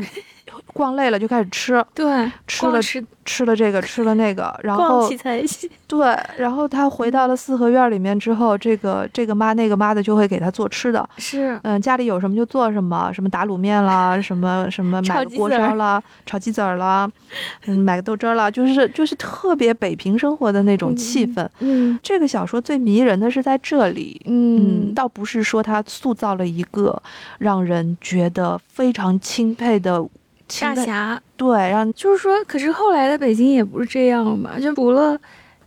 [SPEAKER 1] 逛累了就开始吃，
[SPEAKER 2] 对，
[SPEAKER 1] 吃了
[SPEAKER 2] 逛吃
[SPEAKER 1] 吃了这个，吃了那个，然
[SPEAKER 2] 逛
[SPEAKER 1] 后
[SPEAKER 2] 起才行，
[SPEAKER 1] 对，然后他回到了四合院里面之后，这个这个妈那个妈的就会给他做吃的，
[SPEAKER 2] 是
[SPEAKER 1] 嗯，家里有什么就做什么，什么打卤面啦，什么什么
[SPEAKER 2] 炒
[SPEAKER 1] 买个
[SPEAKER 2] 鸡
[SPEAKER 1] 锅
[SPEAKER 2] 子儿
[SPEAKER 1] 烧啦，炒鸡子儿啦，嗯，买个豆汁儿啦，就是就是特别北平生活的那种气氛。
[SPEAKER 2] 嗯
[SPEAKER 1] 这个小说最迷人的是在这里，嗯，
[SPEAKER 2] 嗯
[SPEAKER 1] 倒不是说他塑造了一个让人觉得非常钦佩的情
[SPEAKER 2] 大
[SPEAKER 1] 感
[SPEAKER 2] 侠，
[SPEAKER 1] 对，让
[SPEAKER 2] 就是说，可是后来的北京也不是这样嘛，就除了，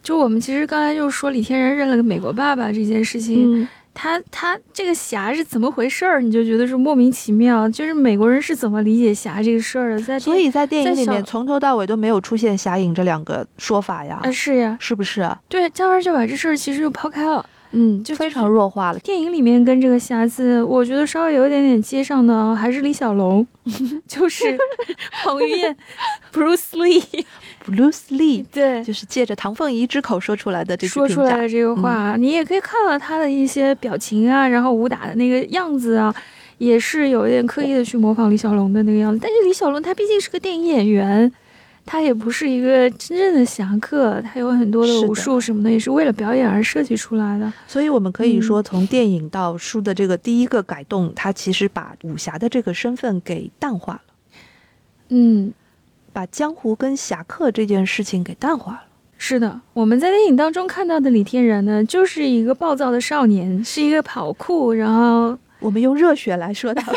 [SPEAKER 2] 就我们其实刚才就说李天然认了个美国爸爸这件事情，
[SPEAKER 1] 嗯
[SPEAKER 2] 他他这个侠是怎么回事儿，你就觉得是莫名其妙，就是美国人是怎么理解侠这个事儿的，在
[SPEAKER 1] 所以在电影里
[SPEAKER 2] 在
[SPEAKER 1] 面
[SPEAKER 2] 小
[SPEAKER 1] 从头到尾都没有出现“侠影”这两个说法呀
[SPEAKER 2] 啊、，是呀，
[SPEAKER 1] 是不是？
[SPEAKER 2] 对，姜文就把这事儿其实就抛开了。
[SPEAKER 1] 嗯，
[SPEAKER 2] 就
[SPEAKER 1] 非常弱化了。
[SPEAKER 2] 电影里面跟这个侠字，我觉得稍微有一点点接上的还是李小龙， 就是彭于 晏、Bruce Lee，
[SPEAKER 1] Bruce Lee
[SPEAKER 2] 对，
[SPEAKER 1] 就是借着唐凤仪之口说出来的这句
[SPEAKER 2] 嗯说
[SPEAKER 1] 评
[SPEAKER 2] 出来
[SPEAKER 1] 价，嗯
[SPEAKER 2] 的这个话，你也可以看到他的一些表情啊，然后武打的那个样子啊，也是有一点刻意的去模仿李小龙的那个样子。但是李小龙他毕竟是个电影演员，他也不是一个真正的侠客，他有很多的
[SPEAKER 1] 是的
[SPEAKER 2] 武术什么的，也是为了表演而设计出来的。
[SPEAKER 1] 所以我们可以
[SPEAKER 2] 嗯
[SPEAKER 1] 说，从电影到书的这个第一个改动，它其实把武侠的这个身份给淡化了，
[SPEAKER 2] 嗯，
[SPEAKER 1] 把江湖跟侠客这件事情给淡化了。
[SPEAKER 2] 是的，我们在电影当中看到的李天然呢，就是一个暴躁的少年，是一个跑酷，然后
[SPEAKER 1] 我们用热血来说 它，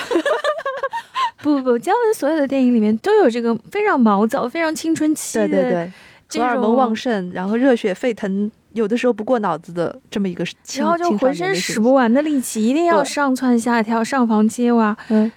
[SPEAKER 2] 不不不，姜文所有的电影里面都有这个非常毛躁、非常青春期的
[SPEAKER 1] 对对对，
[SPEAKER 2] 这
[SPEAKER 1] 荷尔蒙
[SPEAKER 2] 种
[SPEAKER 1] 旺盛，然后热血沸腾，有的时候不过脑子的这么一个青
[SPEAKER 2] 然后就
[SPEAKER 1] 青少
[SPEAKER 2] 浑
[SPEAKER 1] 年
[SPEAKER 2] 身
[SPEAKER 1] 的
[SPEAKER 2] 使
[SPEAKER 1] 形
[SPEAKER 2] 不完的力气，一定要
[SPEAKER 1] 对
[SPEAKER 2] 上蹿下跳、上房揭瓦。
[SPEAKER 1] 象嗯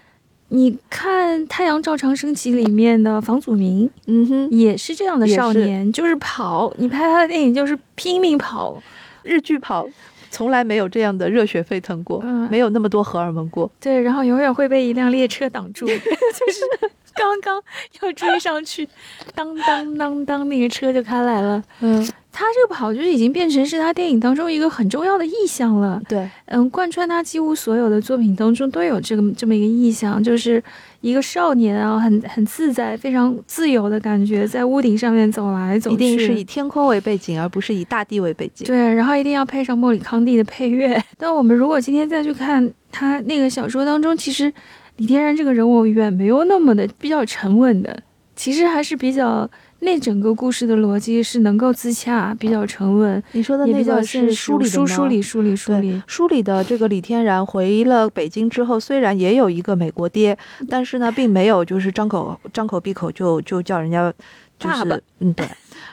[SPEAKER 2] 你看《太阳照常升起》里面的房祖名
[SPEAKER 1] 嗯哼，
[SPEAKER 2] 也是这样的
[SPEAKER 1] 也
[SPEAKER 2] 少
[SPEAKER 1] 是
[SPEAKER 2] 年，就是跑。你拍他的电影就是拼命跑，
[SPEAKER 1] 日剧跑从来没有这样的热血沸腾过，
[SPEAKER 2] 嗯
[SPEAKER 1] 没有那么多荷尔蒙过。
[SPEAKER 2] 对，然后永远会被一辆列车挡住， 就是刚刚要追上去，当当当当，那个车就开来了。
[SPEAKER 1] 嗯，
[SPEAKER 2] 他这个跑就是已经变成是他电影当中一个很重要的意象了。
[SPEAKER 1] 对，
[SPEAKER 2] 嗯，贯穿他几乎所有的作品当中都有这个这么一个意象，就是一个少年啊，很很自在、非常自由的感觉，在屋顶上面走来走去。
[SPEAKER 1] 一定是以天空为背景，而不是以大地为背景。
[SPEAKER 2] 对，然后一定要配上莫里康蒂的配乐。但我们如果今天再去看他那个小说当中，其实李天然这个人物远没有那么的比较沉稳的，其实还是比较那整个故事的逻辑是能够自洽、比较沉稳，
[SPEAKER 1] 你说的
[SPEAKER 2] 也
[SPEAKER 1] 那
[SPEAKER 2] 比较
[SPEAKER 1] 个
[SPEAKER 2] 现
[SPEAKER 1] 是
[SPEAKER 2] 实
[SPEAKER 1] 书里的
[SPEAKER 2] 梳梳
[SPEAKER 1] 吗
[SPEAKER 2] 理梳理梳
[SPEAKER 1] 对
[SPEAKER 2] 理。
[SPEAKER 1] 书里的这个李天然回了北京之后，虽然也有一个美国爹，但是呢，并没有就是张口张口闭口就就叫人家就是
[SPEAKER 2] 爸爸
[SPEAKER 1] 嗯对。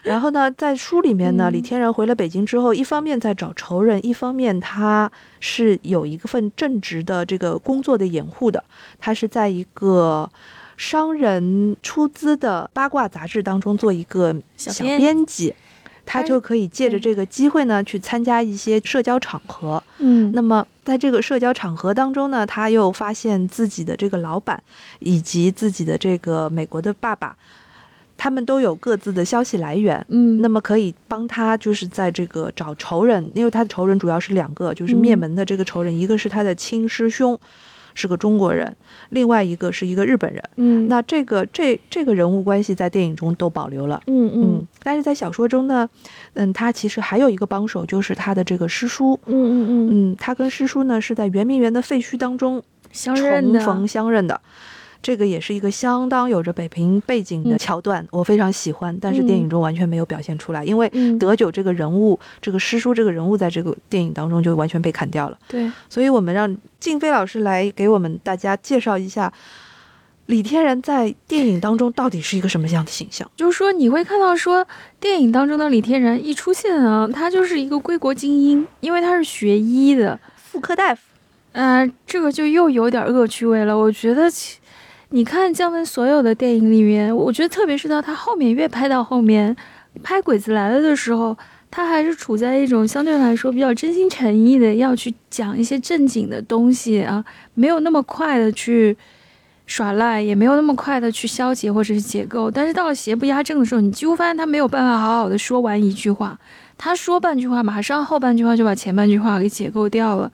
[SPEAKER 1] 然后呢，在书里面呢，
[SPEAKER 2] 嗯
[SPEAKER 1] 李天然回了北京之后，一方面在找仇人，一方面他是有一份正职的这个工作的掩护的，他是在一个。商人出资的八卦杂志当中做一个
[SPEAKER 2] 小
[SPEAKER 1] 小
[SPEAKER 2] 编
[SPEAKER 1] 编辑，他
[SPEAKER 2] 但是
[SPEAKER 1] 就可以借着
[SPEAKER 2] 对
[SPEAKER 1] 这个机会呢，去参加一些社交场合。
[SPEAKER 2] 嗯，
[SPEAKER 1] 那么在这个社交场合当中呢，他又发现自己的这个老板，以及自己的这个美国的爸爸，他们都有各自的消息来源。
[SPEAKER 2] 嗯，
[SPEAKER 1] 那么可以帮他，就是在这个找仇人，因为他的仇人主要是两个，就是
[SPEAKER 2] 嗯
[SPEAKER 1] 灭门的这个仇人，一个是他的亲师兄，是个中国人，另外一个是一个日本人。
[SPEAKER 2] 嗯，
[SPEAKER 1] 那这个这这个人物关系在电影中都保留了。
[SPEAKER 2] 嗯嗯
[SPEAKER 1] 嗯，但是在小说中呢，嗯，他其实还有一个帮手，就是他的这个师叔，
[SPEAKER 2] 嗯嗯嗯，
[SPEAKER 1] 嗯，他跟师叔呢是在圆明园的废墟当中
[SPEAKER 2] 相认
[SPEAKER 1] 重
[SPEAKER 2] 的，
[SPEAKER 1] 逢相认的，这个也是一个相当有着北平背景的
[SPEAKER 2] 嗯
[SPEAKER 1] 桥段，我非常喜欢，但是电影中完全没有表现出来，因为
[SPEAKER 2] 嗯，
[SPEAKER 1] 德九这个人物，这个师叔这个人物在这个电影当中就完全被砍掉了，
[SPEAKER 2] 对，
[SPEAKER 1] 所以我们让静飞老师来给我们大家介绍一下李天然在电影当中到底是一个什么样的形象。
[SPEAKER 2] 就是说你会看到说电影当中的李天然一出现啊，他就是一个归国精英，因为他是学医的，
[SPEAKER 1] 妇科大夫，
[SPEAKER 2] 嗯、这个就又有点恶趣味了。我觉得其，你看姜文所有的电影里面，我觉得特别是到他后面越拍到后面，拍《鬼子来了》的时候，他还是处在一种相对来说比较真心诚意的要去讲一些正经的东西啊，没有那么快的去耍赖，也没有那么快的去消解或者是解构。但是到了邪不压正的时候，你几乎发现他没有办法好好的说完一句话，他说半句话，马上后半句话就把前半句话给解构掉了。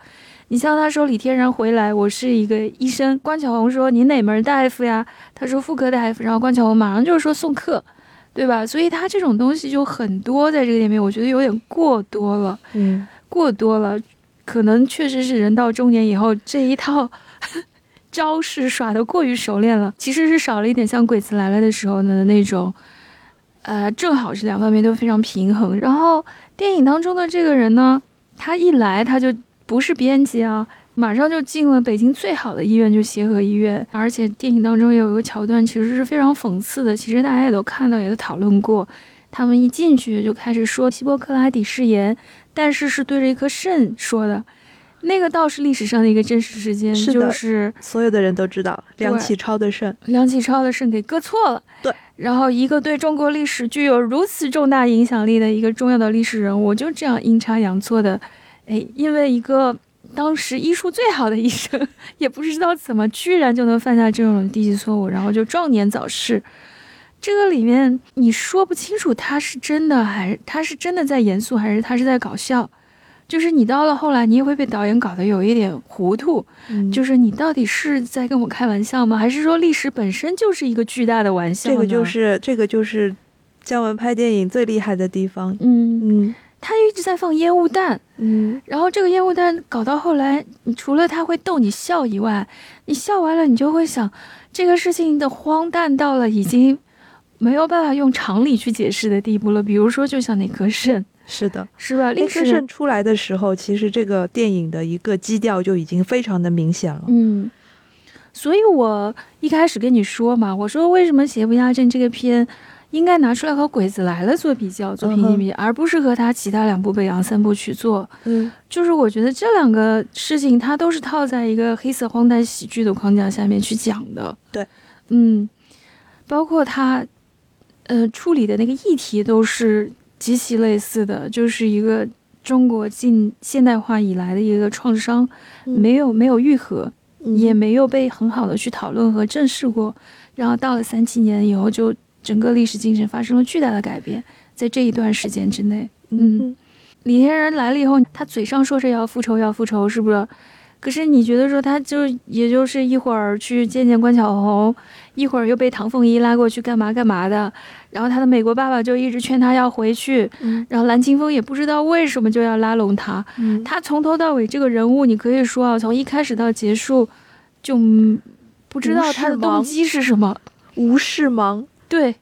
[SPEAKER 2] 你像他说李天然回来，我是一个医生。关巧红说你哪门儿大夫呀？他说妇科大夫。然后关巧红马上就是说送客，对吧？所以他这种东西就很多，在这个里面我觉得有点过多了，
[SPEAKER 1] 嗯，
[SPEAKER 2] 过多了，可能确实是人到中年以后这一套招式耍得过于熟练了，其实是少了一点像鬼子来了的时候的那种。呃，正好是两方面都非常平衡。然后电影当中的这个人呢，他一来他就不是编辑啊，马上就进了北京最好的医院，就协和医院。而且电影当中也有一个桥段，其实是非常讽刺的。其实大家也都看到，也都讨论过。他们一进去就开始说希波克拉底誓言，但是是对着一颗肾说的。那个倒是历史上的一个真实事件，
[SPEAKER 1] 是的
[SPEAKER 2] 就是
[SPEAKER 1] 所有的人都知道
[SPEAKER 2] 嗯对
[SPEAKER 1] 梁启超的肾，
[SPEAKER 2] 梁启超的肾给割错了。
[SPEAKER 1] 对，
[SPEAKER 2] 然后一个对中国历史具有如此重大影响力的一个重要的历史人物，就这样阴差阳错的，哎，因为一个当时医术最好的医生，也不知道怎么，居然就能犯下这种低级错误，然后就壮年早逝。这个里面你说不清楚他是真的还是他是真的在严肃，还是他是在搞笑。就是你到了后来，你也会被导演搞得有一点糊涂，
[SPEAKER 1] 嗯
[SPEAKER 2] 就是你到底是在跟我开玩笑吗？还是说历史本身就是一个巨大的玩笑呢？
[SPEAKER 1] 这个就是这个就是姜文拍电影最厉害的地方。
[SPEAKER 2] 嗯，
[SPEAKER 1] 嗯
[SPEAKER 2] 他一直在放烟雾弹，
[SPEAKER 1] 嗯，
[SPEAKER 2] 然后这个烟雾弹搞到后来，你除了他会逗你笑以外，你笑完了，你就会想这个事情的荒诞到了已经没有办法用常理去解释的地步了。比如说，就像那颗肾，
[SPEAKER 1] 是的。
[SPEAKER 2] 是吧？
[SPEAKER 1] 林
[SPEAKER 2] 历
[SPEAKER 1] 志
[SPEAKER 2] 史
[SPEAKER 1] 胜，出来的时候，其实这个电影的一个基调就已经非常的明显了。
[SPEAKER 2] 嗯。所以我一开始跟你说嘛，我说为什么《邪不压正》这个片应该拿出来和《鬼子来了》做比较、做
[SPEAKER 1] 嗯
[SPEAKER 2] 评
[SPEAKER 1] 哼
[SPEAKER 2] 比，而不是和他其他两部北洋三部曲做
[SPEAKER 1] 嗯
[SPEAKER 2] 就是我觉得这两个事情，它都是套在一个黑色荒诞喜剧的框架下面去讲的。
[SPEAKER 1] 对，
[SPEAKER 2] 嗯，包括它，呃，处理的那个议题都是极其类似的，就是一个中国近现代化以来的一个创伤，
[SPEAKER 1] 嗯
[SPEAKER 2] 没有没有愈合，也
[SPEAKER 1] 嗯
[SPEAKER 2] 没有被很好的去讨论和正视过。然后到了三七年以后，就整个历史进程发生了巨大的改变，在这一段时间之内。嗯李天然来了以后，他嘴上说着要复仇，要复仇，是不是？可是你觉得说他就也就是一会儿去见见关巧红，一会儿又被唐凤仪拉过去干嘛干嘛的，然后他的美国爸爸就一直劝他要回去，
[SPEAKER 1] 嗯
[SPEAKER 2] 然后蓝清风也不知道为什么就要拉拢他，
[SPEAKER 1] 嗯
[SPEAKER 2] 他从头到尾这个人物，你可以说啊，从一开始到结束，就嗯不知道他的动机是什么，
[SPEAKER 1] 无视盲，
[SPEAKER 2] 对，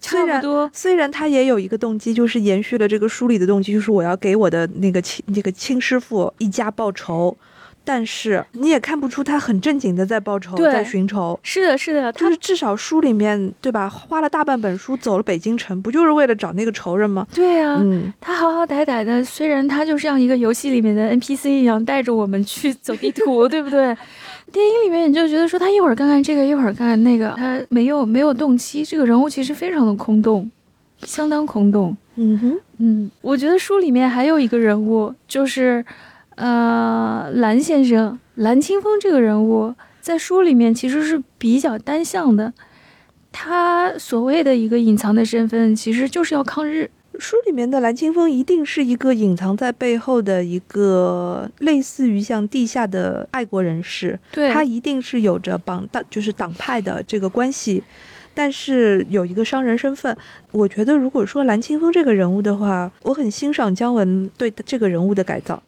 [SPEAKER 1] 虽
[SPEAKER 2] 差
[SPEAKER 1] 然
[SPEAKER 2] 不多，
[SPEAKER 1] 虽然他也有一个动机，就是延续了这个书里的动机，就是我要给我的那个亲那个亲师傅一家报仇，但是你也看不出他很正经的在报仇，
[SPEAKER 2] 对
[SPEAKER 1] 在寻仇。
[SPEAKER 2] 是的，是的，
[SPEAKER 1] 就
[SPEAKER 2] 他
[SPEAKER 1] 是至少书里面，对吧？花了大半本书走了北京城，不就是为了找那个仇人吗？
[SPEAKER 2] 对啊，
[SPEAKER 1] 嗯，
[SPEAKER 2] 他好好歹歹的，虽然他就像一个游戏里面的 NPC 一样，带着我们去走地图，对不 对？电影里面你就觉得说他一会儿干干这个，一会儿干干那个，他没有没有动机，这个人物其实非常的空洞，相当空洞。
[SPEAKER 1] 嗯哼，
[SPEAKER 2] 嗯，我觉得书里面还有一个人物，就是呃蓝先生，蓝清风这个人物在书里面其实是比较单向的，他所谓的一个隐藏的身份，其实就是要抗日。
[SPEAKER 1] 书里面的蓝清风一定是一个隐藏在背后的一个类似于像地下的爱国人士，
[SPEAKER 2] 对
[SPEAKER 1] 他一定是有着党党就是党派的这个关系，但是有一个商人身份。我觉得如果说蓝清风这个人物的话，我很欣赏姜文对这个人物的改造。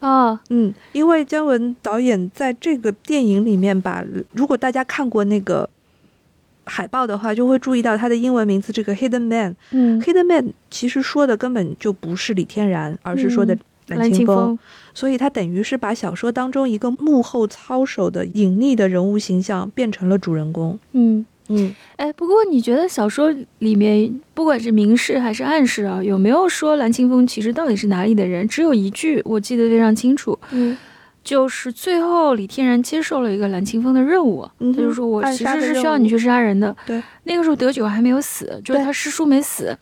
[SPEAKER 2] 啊，
[SPEAKER 1] 嗯，因为姜文导演在这个电影里面把，如果大家看过那个海报的话，就会注意到他的英文名字这个 Hidden Man。
[SPEAKER 2] 嗯，
[SPEAKER 1] Hidden Man 其实说的根本就不是李天然，而是说的
[SPEAKER 2] 嗯
[SPEAKER 1] 蓝
[SPEAKER 2] 清
[SPEAKER 1] 清风，，所以他等于是把小说当中一个幕后操守的隐匿的人物形象变成了主人公。
[SPEAKER 2] 嗯，
[SPEAKER 1] 嗯，
[SPEAKER 2] 哎，不过你觉得小说里面不管是明示还是暗示啊，有没有说蓝清风其实到底是哪里的人？只有一句我记得非常清楚，
[SPEAKER 1] 嗯，
[SPEAKER 2] 就是最后李天然接受了一个蓝清风的任务，
[SPEAKER 1] 嗯哼
[SPEAKER 2] 他就说我
[SPEAKER 1] 暗
[SPEAKER 2] 其
[SPEAKER 1] 杀
[SPEAKER 2] 实
[SPEAKER 1] 的
[SPEAKER 2] 是需
[SPEAKER 1] 任
[SPEAKER 2] 要
[SPEAKER 1] 务
[SPEAKER 2] 你去杀人的。
[SPEAKER 1] 对，
[SPEAKER 2] 那个时候德九还没有死，就是
[SPEAKER 1] 对
[SPEAKER 2] 他师叔没死，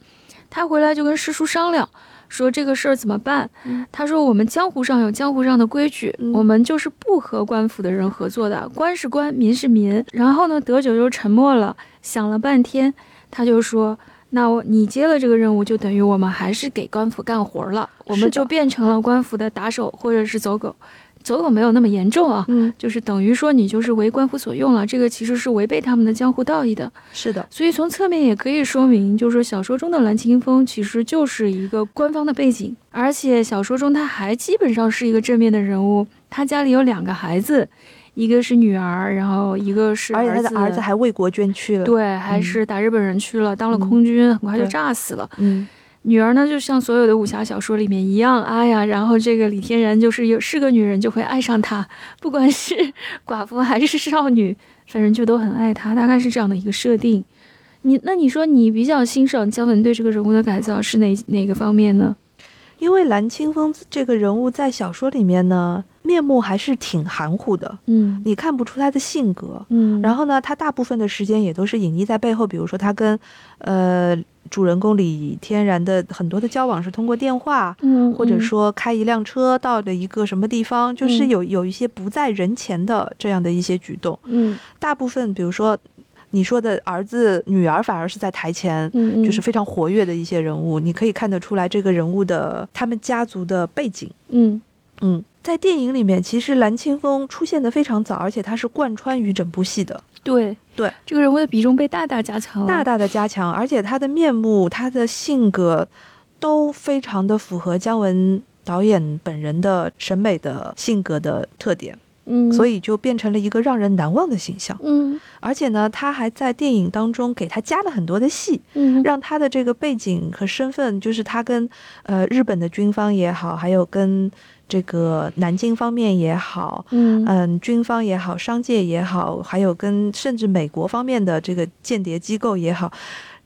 [SPEAKER 2] 他回来就跟师叔商量。说这个事儿怎么办？
[SPEAKER 1] 嗯
[SPEAKER 2] 他说我们江湖上有江湖上的规矩，
[SPEAKER 1] 嗯
[SPEAKER 2] 我们就是不和官府的人合作的，官是官，民是民。然后呢，德九就沉默了，想了半天，他就说：“那我你接了这个任务，就等于我们还是给官府干活儿了，我
[SPEAKER 1] 是的
[SPEAKER 2] 们就变成了官府的打手或者是走狗。走狗没有那么严重啊，
[SPEAKER 1] 嗯，
[SPEAKER 2] 就是等于说你就是为官府所用了，这个其实是违背他们的江湖道义的。
[SPEAKER 1] 是的，
[SPEAKER 2] 所以从侧面也可以说明，就是说小说中的蓝清风其实就是一个官方的背景，而且小说中他还基本上是一个正面的人物。他家里有两个孩子，一个是女儿，然后一个是
[SPEAKER 1] 而且他的儿子还为国捐躯了。，
[SPEAKER 2] 对，还
[SPEAKER 1] 嗯
[SPEAKER 2] 是打日本人去了，当了
[SPEAKER 1] 嗯
[SPEAKER 2] 空军，很快就
[SPEAKER 1] 对
[SPEAKER 2] 炸死了。
[SPEAKER 1] 嗯
[SPEAKER 2] 女儿呢，就像所有的武侠小说里面一样，哎呀，然后这个李天然就是有是个女人就会爱上他，不管是寡妇还是少女，反正就都很爱他，大概是这样的一个设定。你那你说你比较欣赏姜文对这个人物的改造是哪哪个方面呢？
[SPEAKER 1] 因为蓝清风这个人物在小说里面呢，面目还是挺含糊的，
[SPEAKER 2] 嗯
[SPEAKER 1] 你看不出他的性格。
[SPEAKER 2] 嗯，
[SPEAKER 1] 然后呢，他大部分的时间也都是隐匿在背后，比如说他跟，呃，主人公李天然的很多的交往是通过电话，
[SPEAKER 2] 嗯，
[SPEAKER 1] 或者
[SPEAKER 2] 嗯
[SPEAKER 1] 说开一辆车到了一个什么地方，就是
[SPEAKER 2] 嗯
[SPEAKER 1] 有有一些不在人前的这样的一些举动。
[SPEAKER 2] 嗯
[SPEAKER 1] 大部分比如说你说的儿子、女儿，反而是在台前。
[SPEAKER 2] 嗯嗯，
[SPEAKER 1] 就是非常活跃的一些人物，你可以看得出来这个人物的他们家族的背景。
[SPEAKER 2] 嗯
[SPEAKER 1] 嗯，在电影里面，其实蓝清风出现的非常早，而且他是贯穿于整部戏的，
[SPEAKER 2] 对
[SPEAKER 1] 对，
[SPEAKER 2] 这个人物的比重被大大加强了，
[SPEAKER 1] 大大的加强，而且他的面目、他的性格都非常的符合姜文导演本人的审美的性格的特点，
[SPEAKER 2] 嗯，
[SPEAKER 1] 所
[SPEAKER 2] 以
[SPEAKER 1] 以就变成了一个让人难忘的形象。
[SPEAKER 2] 嗯
[SPEAKER 1] 而且呢，他还在电影当中给他加了很多的戏，
[SPEAKER 2] 嗯
[SPEAKER 1] 让他的这个背景和身份，就是他跟呃日本的军方也好，还有跟这个南京方面也好，
[SPEAKER 2] 嗯
[SPEAKER 1] 嗯，军方也好，商界也好，还有跟甚至美国方面的这个间谍机构也好，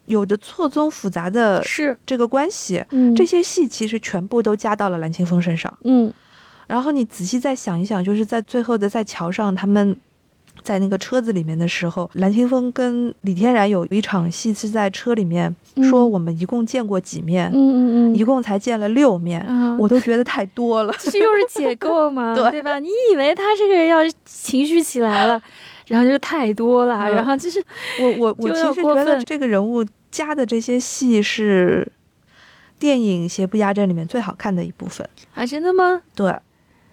[SPEAKER 1] 有着错综复杂的
[SPEAKER 2] 是
[SPEAKER 1] 这个关系。
[SPEAKER 2] 嗯
[SPEAKER 1] 这些戏其实全部都加到了蓝清风身上。
[SPEAKER 2] 嗯
[SPEAKER 1] 然后你仔细再想一想，就是在最后的在桥上，他们在那个车子里面的时候，蓝清风跟李天然有一场戏是在车里面说
[SPEAKER 2] 嗯
[SPEAKER 1] 我们一共见过几面，
[SPEAKER 2] 嗯嗯嗯
[SPEAKER 1] 一共才见了六面，
[SPEAKER 2] 啊
[SPEAKER 1] 我都觉得太多了。
[SPEAKER 2] 这又是解构 嘛，
[SPEAKER 1] 对
[SPEAKER 2] 吧？你以为他这个人要情绪起来 了，然后就是太多了，
[SPEAKER 1] 嗯
[SPEAKER 2] 然后就是
[SPEAKER 1] 我我我
[SPEAKER 2] 有
[SPEAKER 1] 其
[SPEAKER 2] 点
[SPEAKER 1] 实
[SPEAKER 2] 过
[SPEAKER 1] 觉得
[SPEAKER 2] 分
[SPEAKER 1] 这个人物加的这些戏是电影《邪不压正》里面最好看的一部分。
[SPEAKER 2] 啊，真的吗？
[SPEAKER 1] 对，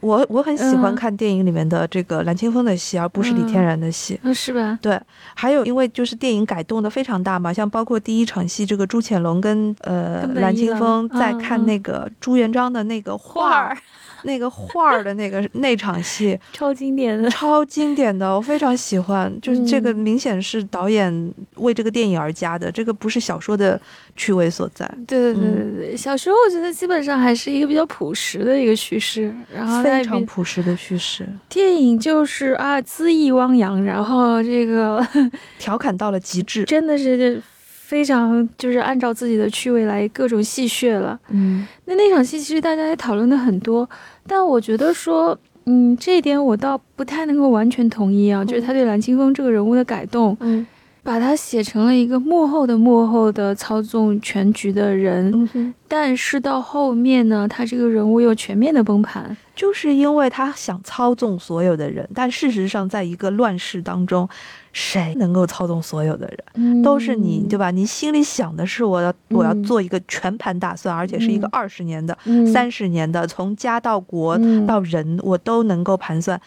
[SPEAKER 1] 我我很喜欢
[SPEAKER 2] 嗯
[SPEAKER 1] 看电影里面的这个蓝清风的戏，而不是李天
[SPEAKER 2] 嗯
[SPEAKER 1] 然的戏。
[SPEAKER 2] 啊，是吧？
[SPEAKER 1] 对，还有因为就是电影改动的非常大嘛，像包括第一场戏，这个朱潜龙跟呃
[SPEAKER 2] 跟本
[SPEAKER 1] 蓝
[SPEAKER 2] 一
[SPEAKER 1] 清
[SPEAKER 2] 郎
[SPEAKER 1] 风在
[SPEAKER 2] 嗯
[SPEAKER 1] 看
[SPEAKER 2] 嗯
[SPEAKER 1] 那个朱元璋的那个画儿，
[SPEAKER 2] 儿
[SPEAKER 1] 那个画儿的那个那场 戏，
[SPEAKER 2] 超经典的，
[SPEAKER 1] 超经典的，我非常喜欢。就是这个
[SPEAKER 2] 嗯
[SPEAKER 1] 明显是导演为这个电影而加的，这个不是小说的趣味所在，
[SPEAKER 2] 对对对
[SPEAKER 1] 嗯
[SPEAKER 2] 对对。小时候我觉得基本上还是一个比较朴实的一个叙事，然后在
[SPEAKER 1] 非
[SPEAKER 2] 比
[SPEAKER 1] 常朴实的叙事，
[SPEAKER 2] 电影就是啊恣意汪洋，然后这 个
[SPEAKER 1] 调侃到了极致。
[SPEAKER 2] 真的是非常就是按照自己的趣味来各种戏谑了。
[SPEAKER 1] 嗯
[SPEAKER 2] 那那场戏其实大家也讨论的很多，但我觉得说，嗯，这一点我倒不太能够完全同意啊，就是他对蓝清风这个人物的改动，
[SPEAKER 1] 嗯
[SPEAKER 2] 把他写成了一个幕后的幕后的操纵全局的人，
[SPEAKER 1] 嗯哼，
[SPEAKER 2] 但是到后面呢，他这个人物又全面的崩盘，
[SPEAKER 1] 就是因为他想操纵所有的人，但事实上，在一个乱世当中，谁能够操纵所有的人？嗯都是你，对
[SPEAKER 2] 吧？
[SPEAKER 1] 吧？你心里想的是我要我要
[SPEAKER 2] 嗯
[SPEAKER 1] 做一个全盘打算，而且是一个
[SPEAKER 2] 嗯
[SPEAKER 1] 二十年的、
[SPEAKER 2] 嗯、
[SPEAKER 1] 三十年的，从家到国
[SPEAKER 2] 嗯
[SPEAKER 1] 到人，我都能够盘算。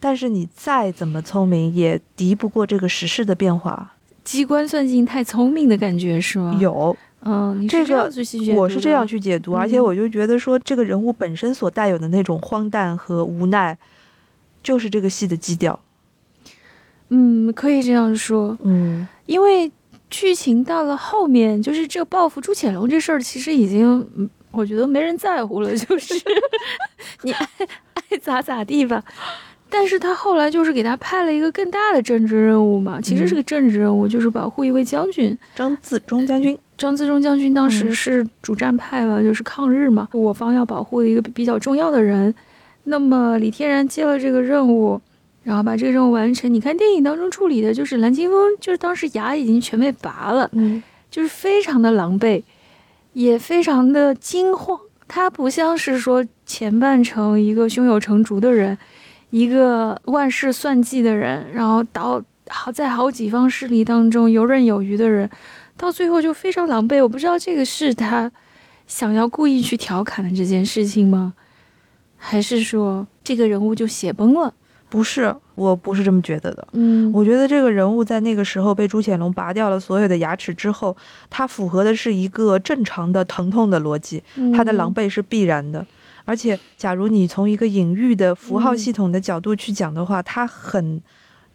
[SPEAKER 1] 但是你再怎么聪明，也敌不过这个时事的变
[SPEAKER 2] 啊
[SPEAKER 1] 化。
[SPEAKER 2] 机关算尽太聪明的感觉是吗？，
[SPEAKER 1] 有，
[SPEAKER 2] 嗯，你
[SPEAKER 1] 这
[SPEAKER 2] 是这
[SPEAKER 1] 个
[SPEAKER 2] 样去细解
[SPEAKER 1] 我
[SPEAKER 2] 读
[SPEAKER 1] 是这
[SPEAKER 2] 的
[SPEAKER 1] 样去解读，而且
[SPEAKER 2] 嗯
[SPEAKER 1] 我就觉得说，这个人物本身所带有的那种荒诞和无奈，就是这个戏的基调。
[SPEAKER 2] 嗯，可以这样说，
[SPEAKER 1] 嗯，
[SPEAKER 2] 因为剧情到了后面，就是这个报复朱潜龙这事儿，其实已经嗯我觉得没人在乎了，就是你爱爱咋咋地吧。但是他后来就是给他派了一个更大的政治任务嘛，其实是个政治任务，就是保护一位将军。
[SPEAKER 1] 张自忠将军，
[SPEAKER 2] 张自忠将军当时
[SPEAKER 1] 嗯
[SPEAKER 2] 是主战派嘛，就是抗日嘛，我方要保护的一个比较重要的人。那么李天然接了这个任务，然后把这个任务完成。你看电影当中处理的就是蓝清风，就是当时牙已经全被拔了，
[SPEAKER 1] 嗯，
[SPEAKER 2] 就是非常的狼狈，也非常的惊慌。他不像是说前半程一个胸有成竹的人，一个万事算计的人，然后到好在好几方势力当中游刃有余的人，到最后就非常狼狈。我不知道这个是他想要故意去调侃的这件事情吗？还是说这个人物就写崩了？
[SPEAKER 1] 不是，我不是这么觉得的。
[SPEAKER 2] 嗯
[SPEAKER 1] 我觉得这个人物在那个时候被朱潜龙拔掉了所有的牙齿之后，他符合的是一个正常的疼痛的逻辑，
[SPEAKER 2] 嗯
[SPEAKER 1] 他的狼狈是必然的。而且，假如你从一个隐喻的符号系统的角度去讲的话，他很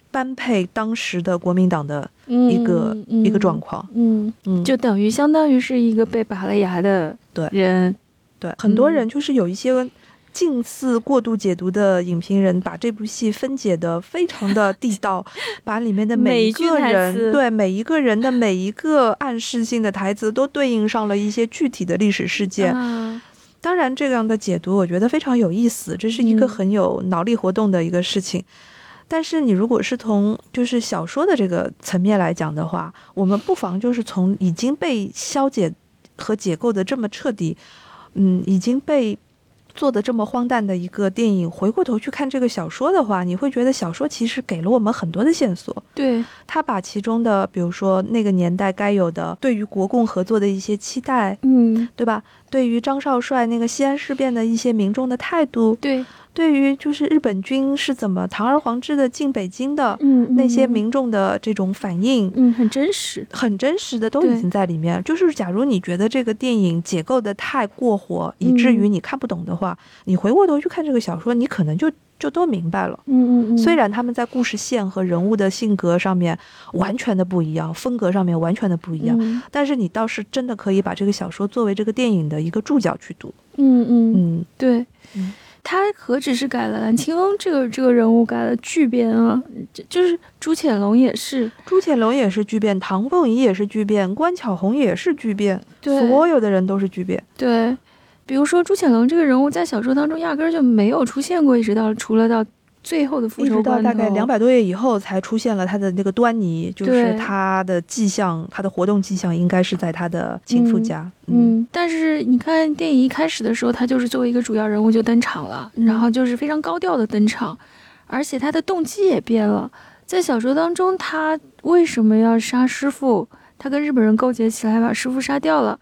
[SPEAKER 1] 般配当时的国民党的一个、一个状况。
[SPEAKER 2] 嗯，
[SPEAKER 1] 嗯，
[SPEAKER 2] 就等于相当于是一个被拔了牙的
[SPEAKER 1] 对
[SPEAKER 2] 人，
[SPEAKER 1] 对，很多人
[SPEAKER 2] 嗯
[SPEAKER 1] 就是有一些近似过度解读的影评人，把这部戏分解的非常的地 道，把里面的
[SPEAKER 2] 每
[SPEAKER 1] 每
[SPEAKER 2] 一
[SPEAKER 1] 一
[SPEAKER 2] 句
[SPEAKER 1] 个
[SPEAKER 2] 台词
[SPEAKER 1] 人对每一个人的每一个暗示性的台词都对应上了一些具体的历史事件。
[SPEAKER 2] 啊
[SPEAKER 1] 当然，这样的解读我觉得非常有意思，这是一个
[SPEAKER 2] 嗯
[SPEAKER 1] 很有脑力活动的一个事情。但是你如果是从就是小说的这个层面来讲的话，我们不妨就是从已经被消解和解构的这么彻底，嗯，已经被做的这么荒诞的一个电影，回过头去看这个小说的话，你会觉得小说其实给了我们很多的线索。
[SPEAKER 2] 对，
[SPEAKER 1] 它把其中的，比如说那个年代该有的对于国共合作的一些期待，
[SPEAKER 2] 嗯，
[SPEAKER 1] 对吧？对于张少帅那个西安事变的一些民众的态度，
[SPEAKER 2] 对，
[SPEAKER 1] 对于就是日本军是怎么堂而皇之的进北京的，
[SPEAKER 2] 嗯，
[SPEAKER 1] 那些
[SPEAKER 2] 嗯，
[SPEAKER 1] 民众的这种反应，
[SPEAKER 2] 嗯，很真实，
[SPEAKER 1] 很真实的都
[SPEAKER 2] 对
[SPEAKER 1] 已经在里面。就是假如你觉得这个电影解构的太过火，以至
[SPEAKER 2] 嗯
[SPEAKER 1] 于你看不懂的话，你回过头去看这个小说，你可能就就都明白了。
[SPEAKER 2] 嗯嗯嗯，
[SPEAKER 1] 虽然他们在故事线和人物的性格上面完全的不一样，风格上面完全的不一样，
[SPEAKER 2] 嗯
[SPEAKER 1] 但是你倒是真的可以把这个小说作为这个电影的一个注脚去读。
[SPEAKER 2] 嗯嗯，
[SPEAKER 1] 嗯，
[SPEAKER 2] 对
[SPEAKER 1] 嗯。
[SPEAKER 2] 他何止是改了蓝青翁这个这个人物改了巨变啊，这就是朱潜龙也是，
[SPEAKER 1] 朱潜龙也是巨变，唐凤仪也是巨变，关巧红也是巨变，
[SPEAKER 2] 对
[SPEAKER 1] 所有的人都是巨变。
[SPEAKER 2] 对，比如说朱潜龙这个人物在小说当中压根儿就没有出现过，一直到除了到最后的复
[SPEAKER 1] 一
[SPEAKER 2] 仇
[SPEAKER 1] 直到
[SPEAKER 2] 关头，
[SPEAKER 1] 大概两百多页以后，才出现了他的那个端倪，就是
[SPEAKER 2] 对
[SPEAKER 1] 他的迹象，他的活动迹象应该是在他的情妇家。嗯，
[SPEAKER 2] 嗯，但是你看电影一开始的时候，他就是作为一个主要人物就登场了，
[SPEAKER 1] 嗯
[SPEAKER 2] 然后就是非常高调的登场，而且他的动机也变了。在小说当中，他为什么要杀师傅？他跟日本人勾结起来把师傅杀掉了。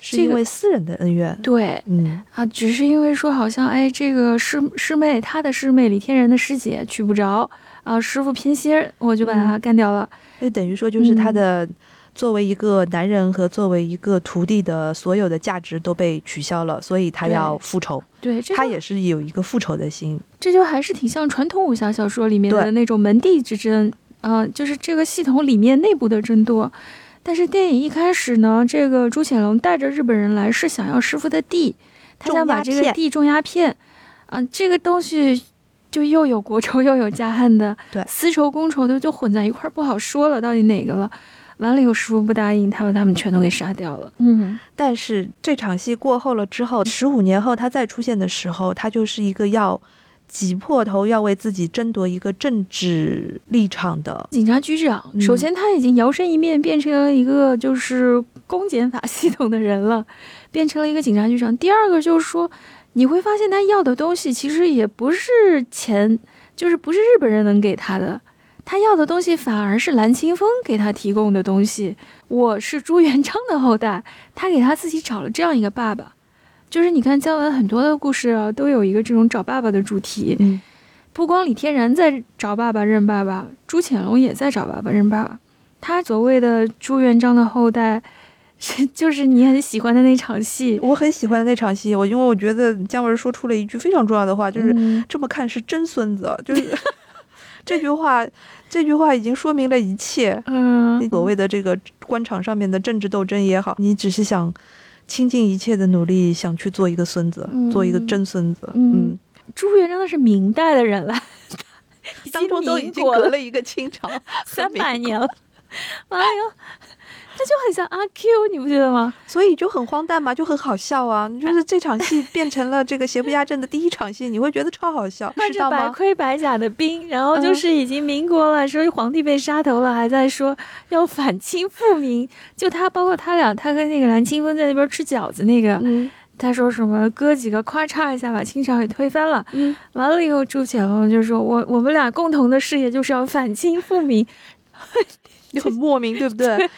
[SPEAKER 1] 是
[SPEAKER 2] 这
[SPEAKER 1] 因
[SPEAKER 2] 个
[SPEAKER 1] 为私人的恩怨。
[SPEAKER 2] 对
[SPEAKER 1] 嗯，
[SPEAKER 2] 啊，只是因为说好像哎，这个师师妹他的师妹李天然的师姐娶不着啊，师傅偏心儿，我就把
[SPEAKER 1] 嗯
[SPEAKER 2] 他干掉了。
[SPEAKER 1] 那等于说
[SPEAKER 2] 嗯
[SPEAKER 1] 就是他的、作为一个男人和作为一个徒弟的所有的价值都被取消了，所以他
[SPEAKER 2] 对
[SPEAKER 1] 要复仇，
[SPEAKER 2] 对，这
[SPEAKER 1] 他
[SPEAKER 2] 就
[SPEAKER 1] 也是有一个复仇的心。
[SPEAKER 2] 这就还是挺像传统武侠小说里面的
[SPEAKER 1] 对
[SPEAKER 2] 那种门第之争，啊、就是这个系统里面内部的争夺。但是电影一开始呢，这个朱潜龙带着日本人来是想要师傅的地，他
[SPEAKER 1] 种
[SPEAKER 2] 想把
[SPEAKER 1] 鸦
[SPEAKER 2] 这个
[SPEAKER 1] 片
[SPEAKER 2] 地种鸦片，啊、这个东西就又有国仇又有家恨的，
[SPEAKER 1] 对
[SPEAKER 2] 私仇公仇的就混在一块儿，不好说了，到底哪个了？完了以后，师傅不答应，他把他们全都给杀掉了。嗯，
[SPEAKER 1] 但是这场戏过后了之后，十五年后他再出现的时候，他就是一个要挤破头要为自己争夺一个政治立场的。
[SPEAKER 2] 警察局长，
[SPEAKER 1] 嗯
[SPEAKER 2] 首先他已经摇身一变变成了一个就是公检法系统的人了， 变成了一个警察局长。第二个就是说，你会发现他要的东西其实也不是钱，就是不是日本人能给他的，他要的东西反而是蓝清风给他提供的东西。我是朱元璋的后代，他给他自己找了这样一个爸爸。就是你看姜文很多的故事啊，都有一个这种找爸爸的主题。
[SPEAKER 1] 嗯，
[SPEAKER 2] 不光李天然在找爸爸认爸爸，朱潜龙也在找爸爸认爸爸。他所谓的朱元璋的后代，是就是你很喜欢的那场戏，
[SPEAKER 1] 我很喜欢那场戏，我因为我觉得姜文说出了一句非常重要的话，就是、
[SPEAKER 2] 嗯
[SPEAKER 1] 这么看是真孙子，就是 这句话，这句话已经说明了一切。
[SPEAKER 2] 嗯，
[SPEAKER 1] 所谓的这个官场上面的政治斗争也好，你只是想倾尽一切的努力，想去做一个孙子，
[SPEAKER 2] 嗯
[SPEAKER 1] 做一个真孙子。
[SPEAKER 2] 嗯朱元璋那是明代的人了，已
[SPEAKER 1] 当中都已
[SPEAKER 2] 民
[SPEAKER 1] 经
[SPEAKER 2] 国
[SPEAKER 1] 隔
[SPEAKER 2] 了
[SPEAKER 1] 了一个清朝和
[SPEAKER 2] 三
[SPEAKER 1] 民
[SPEAKER 2] 百年了，哎呦，这就很像阿 Q，你不觉得吗？
[SPEAKER 1] 所以就很荒诞嘛，就很好笑 啊！就是这场戏变成了这个邪不压正的第一场戏，你会觉得超好笑，
[SPEAKER 2] 穿
[SPEAKER 1] 知
[SPEAKER 2] 着
[SPEAKER 1] 道
[SPEAKER 2] 白
[SPEAKER 1] 吗？嗯
[SPEAKER 2] 盔白甲的兵，然后就是已经民国了，说皇帝被杀头了，还在说要反清复明。就他，包括他俩，他跟那个蓝清风在那边吃饺子那个，
[SPEAKER 1] 嗯
[SPEAKER 2] 他说什么哥几个咔嚓一下把清朝给推翻了。
[SPEAKER 1] 嗯，
[SPEAKER 2] 完了以后，朱潜龙就说：“我我们俩共同的事业就是要反清复明。
[SPEAKER 1] 就很莫名，对不 对？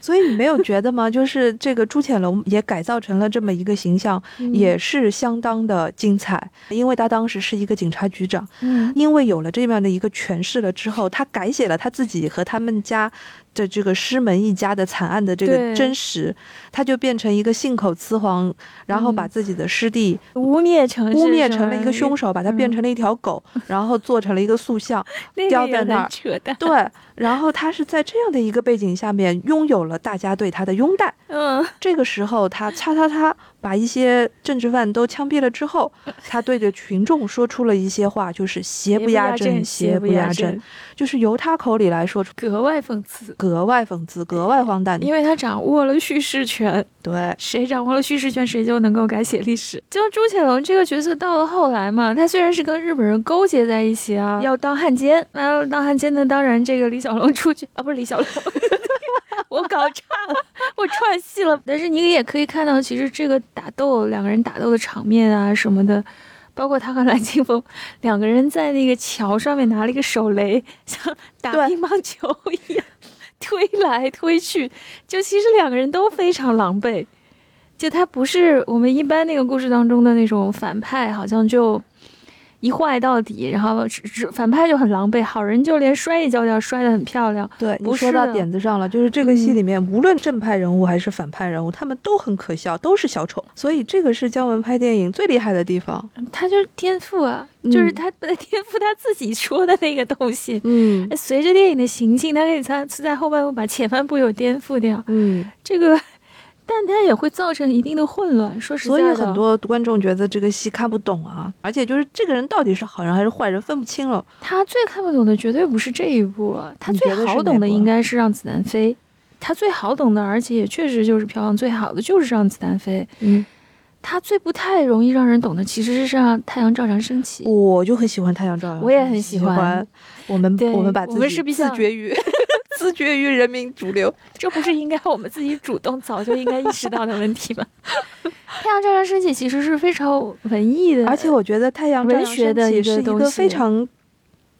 [SPEAKER 1] 所以你没有觉得吗？就是这个朱潜龙也改造成了这么一个形象，
[SPEAKER 2] 嗯
[SPEAKER 1] 也是相当的精彩。因为他当时是一个警察局长，
[SPEAKER 2] 嗯
[SPEAKER 1] 因为有了这样的一个诠释了之后，他改写了他自己和他们家的这个师门一家的惨案的这个
[SPEAKER 2] 对
[SPEAKER 1] 真实，他就变成一个信口雌黄，然后把自己的师弟
[SPEAKER 2] 污蔑成
[SPEAKER 1] 污蔑成了一个凶
[SPEAKER 2] 手，
[SPEAKER 1] 手，把他变嗯成了一条狗，然后做成了一个嗯塑 像。
[SPEAKER 2] 那个
[SPEAKER 1] 吊在
[SPEAKER 2] 也
[SPEAKER 1] 那
[SPEAKER 2] 很
[SPEAKER 1] 儿
[SPEAKER 2] 扯淡。
[SPEAKER 1] 对，然后他是在这样的一个背景下面拥有了大家对他的拥戴。
[SPEAKER 2] 嗯，
[SPEAKER 1] 这个时候，他叉叉叉把一些政治犯都枪毙了之后，他对着群众说出了一些话，就是“邪不压正，邪
[SPEAKER 2] 邪
[SPEAKER 1] 不
[SPEAKER 2] 不
[SPEAKER 1] 压
[SPEAKER 2] 压
[SPEAKER 1] 正”，，就是由他口里来说出，
[SPEAKER 2] 格外讽刺，
[SPEAKER 1] 格外讽刺，格外荒诞。
[SPEAKER 2] 因为他掌握了叙事权，
[SPEAKER 1] 对，
[SPEAKER 2] 谁掌握了叙事权，谁就能够改写历史。 就朱潜龙这个角色到了后来嘛，他虽然是跟日本人勾结在一起啊，要当汉奸，那要当汉奸的当然这个李小龙出去啊，不是李小龙。 我搞岔了， 我串戏了。但是你也可以看到，其实这个打斗，两个人打斗的场面啊什么的，包括他和蓝青峰 两个人在那个桥上面拿了一个手雷， 像打
[SPEAKER 1] 对
[SPEAKER 2] 乒乓球一样推来推去，就其实两个人都非常狼狈。就他不是我们一般那个故事当中的那种反派，好像就一坏到底，然后只只反派就很狼狈，好人就连摔一跤都要摔得很漂亮。
[SPEAKER 1] 对，你
[SPEAKER 2] 不
[SPEAKER 1] 说
[SPEAKER 2] 是
[SPEAKER 1] 到
[SPEAKER 2] 的
[SPEAKER 1] 点子上了，就是这个戏
[SPEAKER 2] 嗯
[SPEAKER 1] 里面，无论正派人物还是反派人物，他们都很可笑，都是小丑。所以这个是姜文拍电影最厉害的地方。
[SPEAKER 2] 他就是天赋啊，就是
[SPEAKER 1] 嗯
[SPEAKER 2] 他的天赋，他自己说的那个东西。
[SPEAKER 1] 嗯
[SPEAKER 2] 随着电影的行进，他可以在在后半部把前半部有颠覆掉，
[SPEAKER 1] 嗯，
[SPEAKER 2] 这个，但他也会造成一定的混乱。说实 在
[SPEAKER 1] 所
[SPEAKER 2] 的，
[SPEAKER 1] 以很多观众觉得这个戏看不懂啊，而且就是这个人到底是好人还是坏人分不清了。
[SPEAKER 2] 他最看不懂的绝对不是这一部啊，他
[SPEAKER 1] 你觉
[SPEAKER 2] 最
[SPEAKER 1] 得是
[SPEAKER 2] 好懂
[SPEAKER 1] 哪
[SPEAKER 2] 的
[SPEAKER 1] 部啊
[SPEAKER 2] 应该是《让子弹飞》，他最好懂的，而且也确实就是票房最好的就是《让子弹飞》。
[SPEAKER 1] 嗯，
[SPEAKER 2] 他最不太容易让人懂的其实是让《太阳照常升起》。
[SPEAKER 1] 我就很喜欢《太阳照耀》，
[SPEAKER 2] 我也很喜欢
[SPEAKER 1] 欢。我们
[SPEAKER 2] 对
[SPEAKER 1] 我们把自
[SPEAKER 2] 我
[SPEAKER 1] 己
[SPEAKER 2] 们是比
[SPEAKER 1] 自
[SPEAKER 2] 较
[SPEAKER 1] 绝于 自绝于人民主流。
[SPEAKER 2] 这不是应该我们自己主动早就应该意识到的问 题吗？太阳照常升起其实是非常文艺的，
[SPEAKER 1] 而且我觉得《太阳照
[SPEAKER 2] 文
[SPEAKER 1] 耀
[SPEAKER 2] 学
[SPEAKER 1] 升
[SPEAKER 2] 的
[SPEAKER 1] 起
[SPEAKER 2] 一
[SPEAKER 1] 是
[SPEAKER 2] 个
[SPEAKER 1] 一
[SPEAKER 2] 东
[SPEAKER 1] 个非
[SPEAKER 2] 西
[SPEAKER 1] 常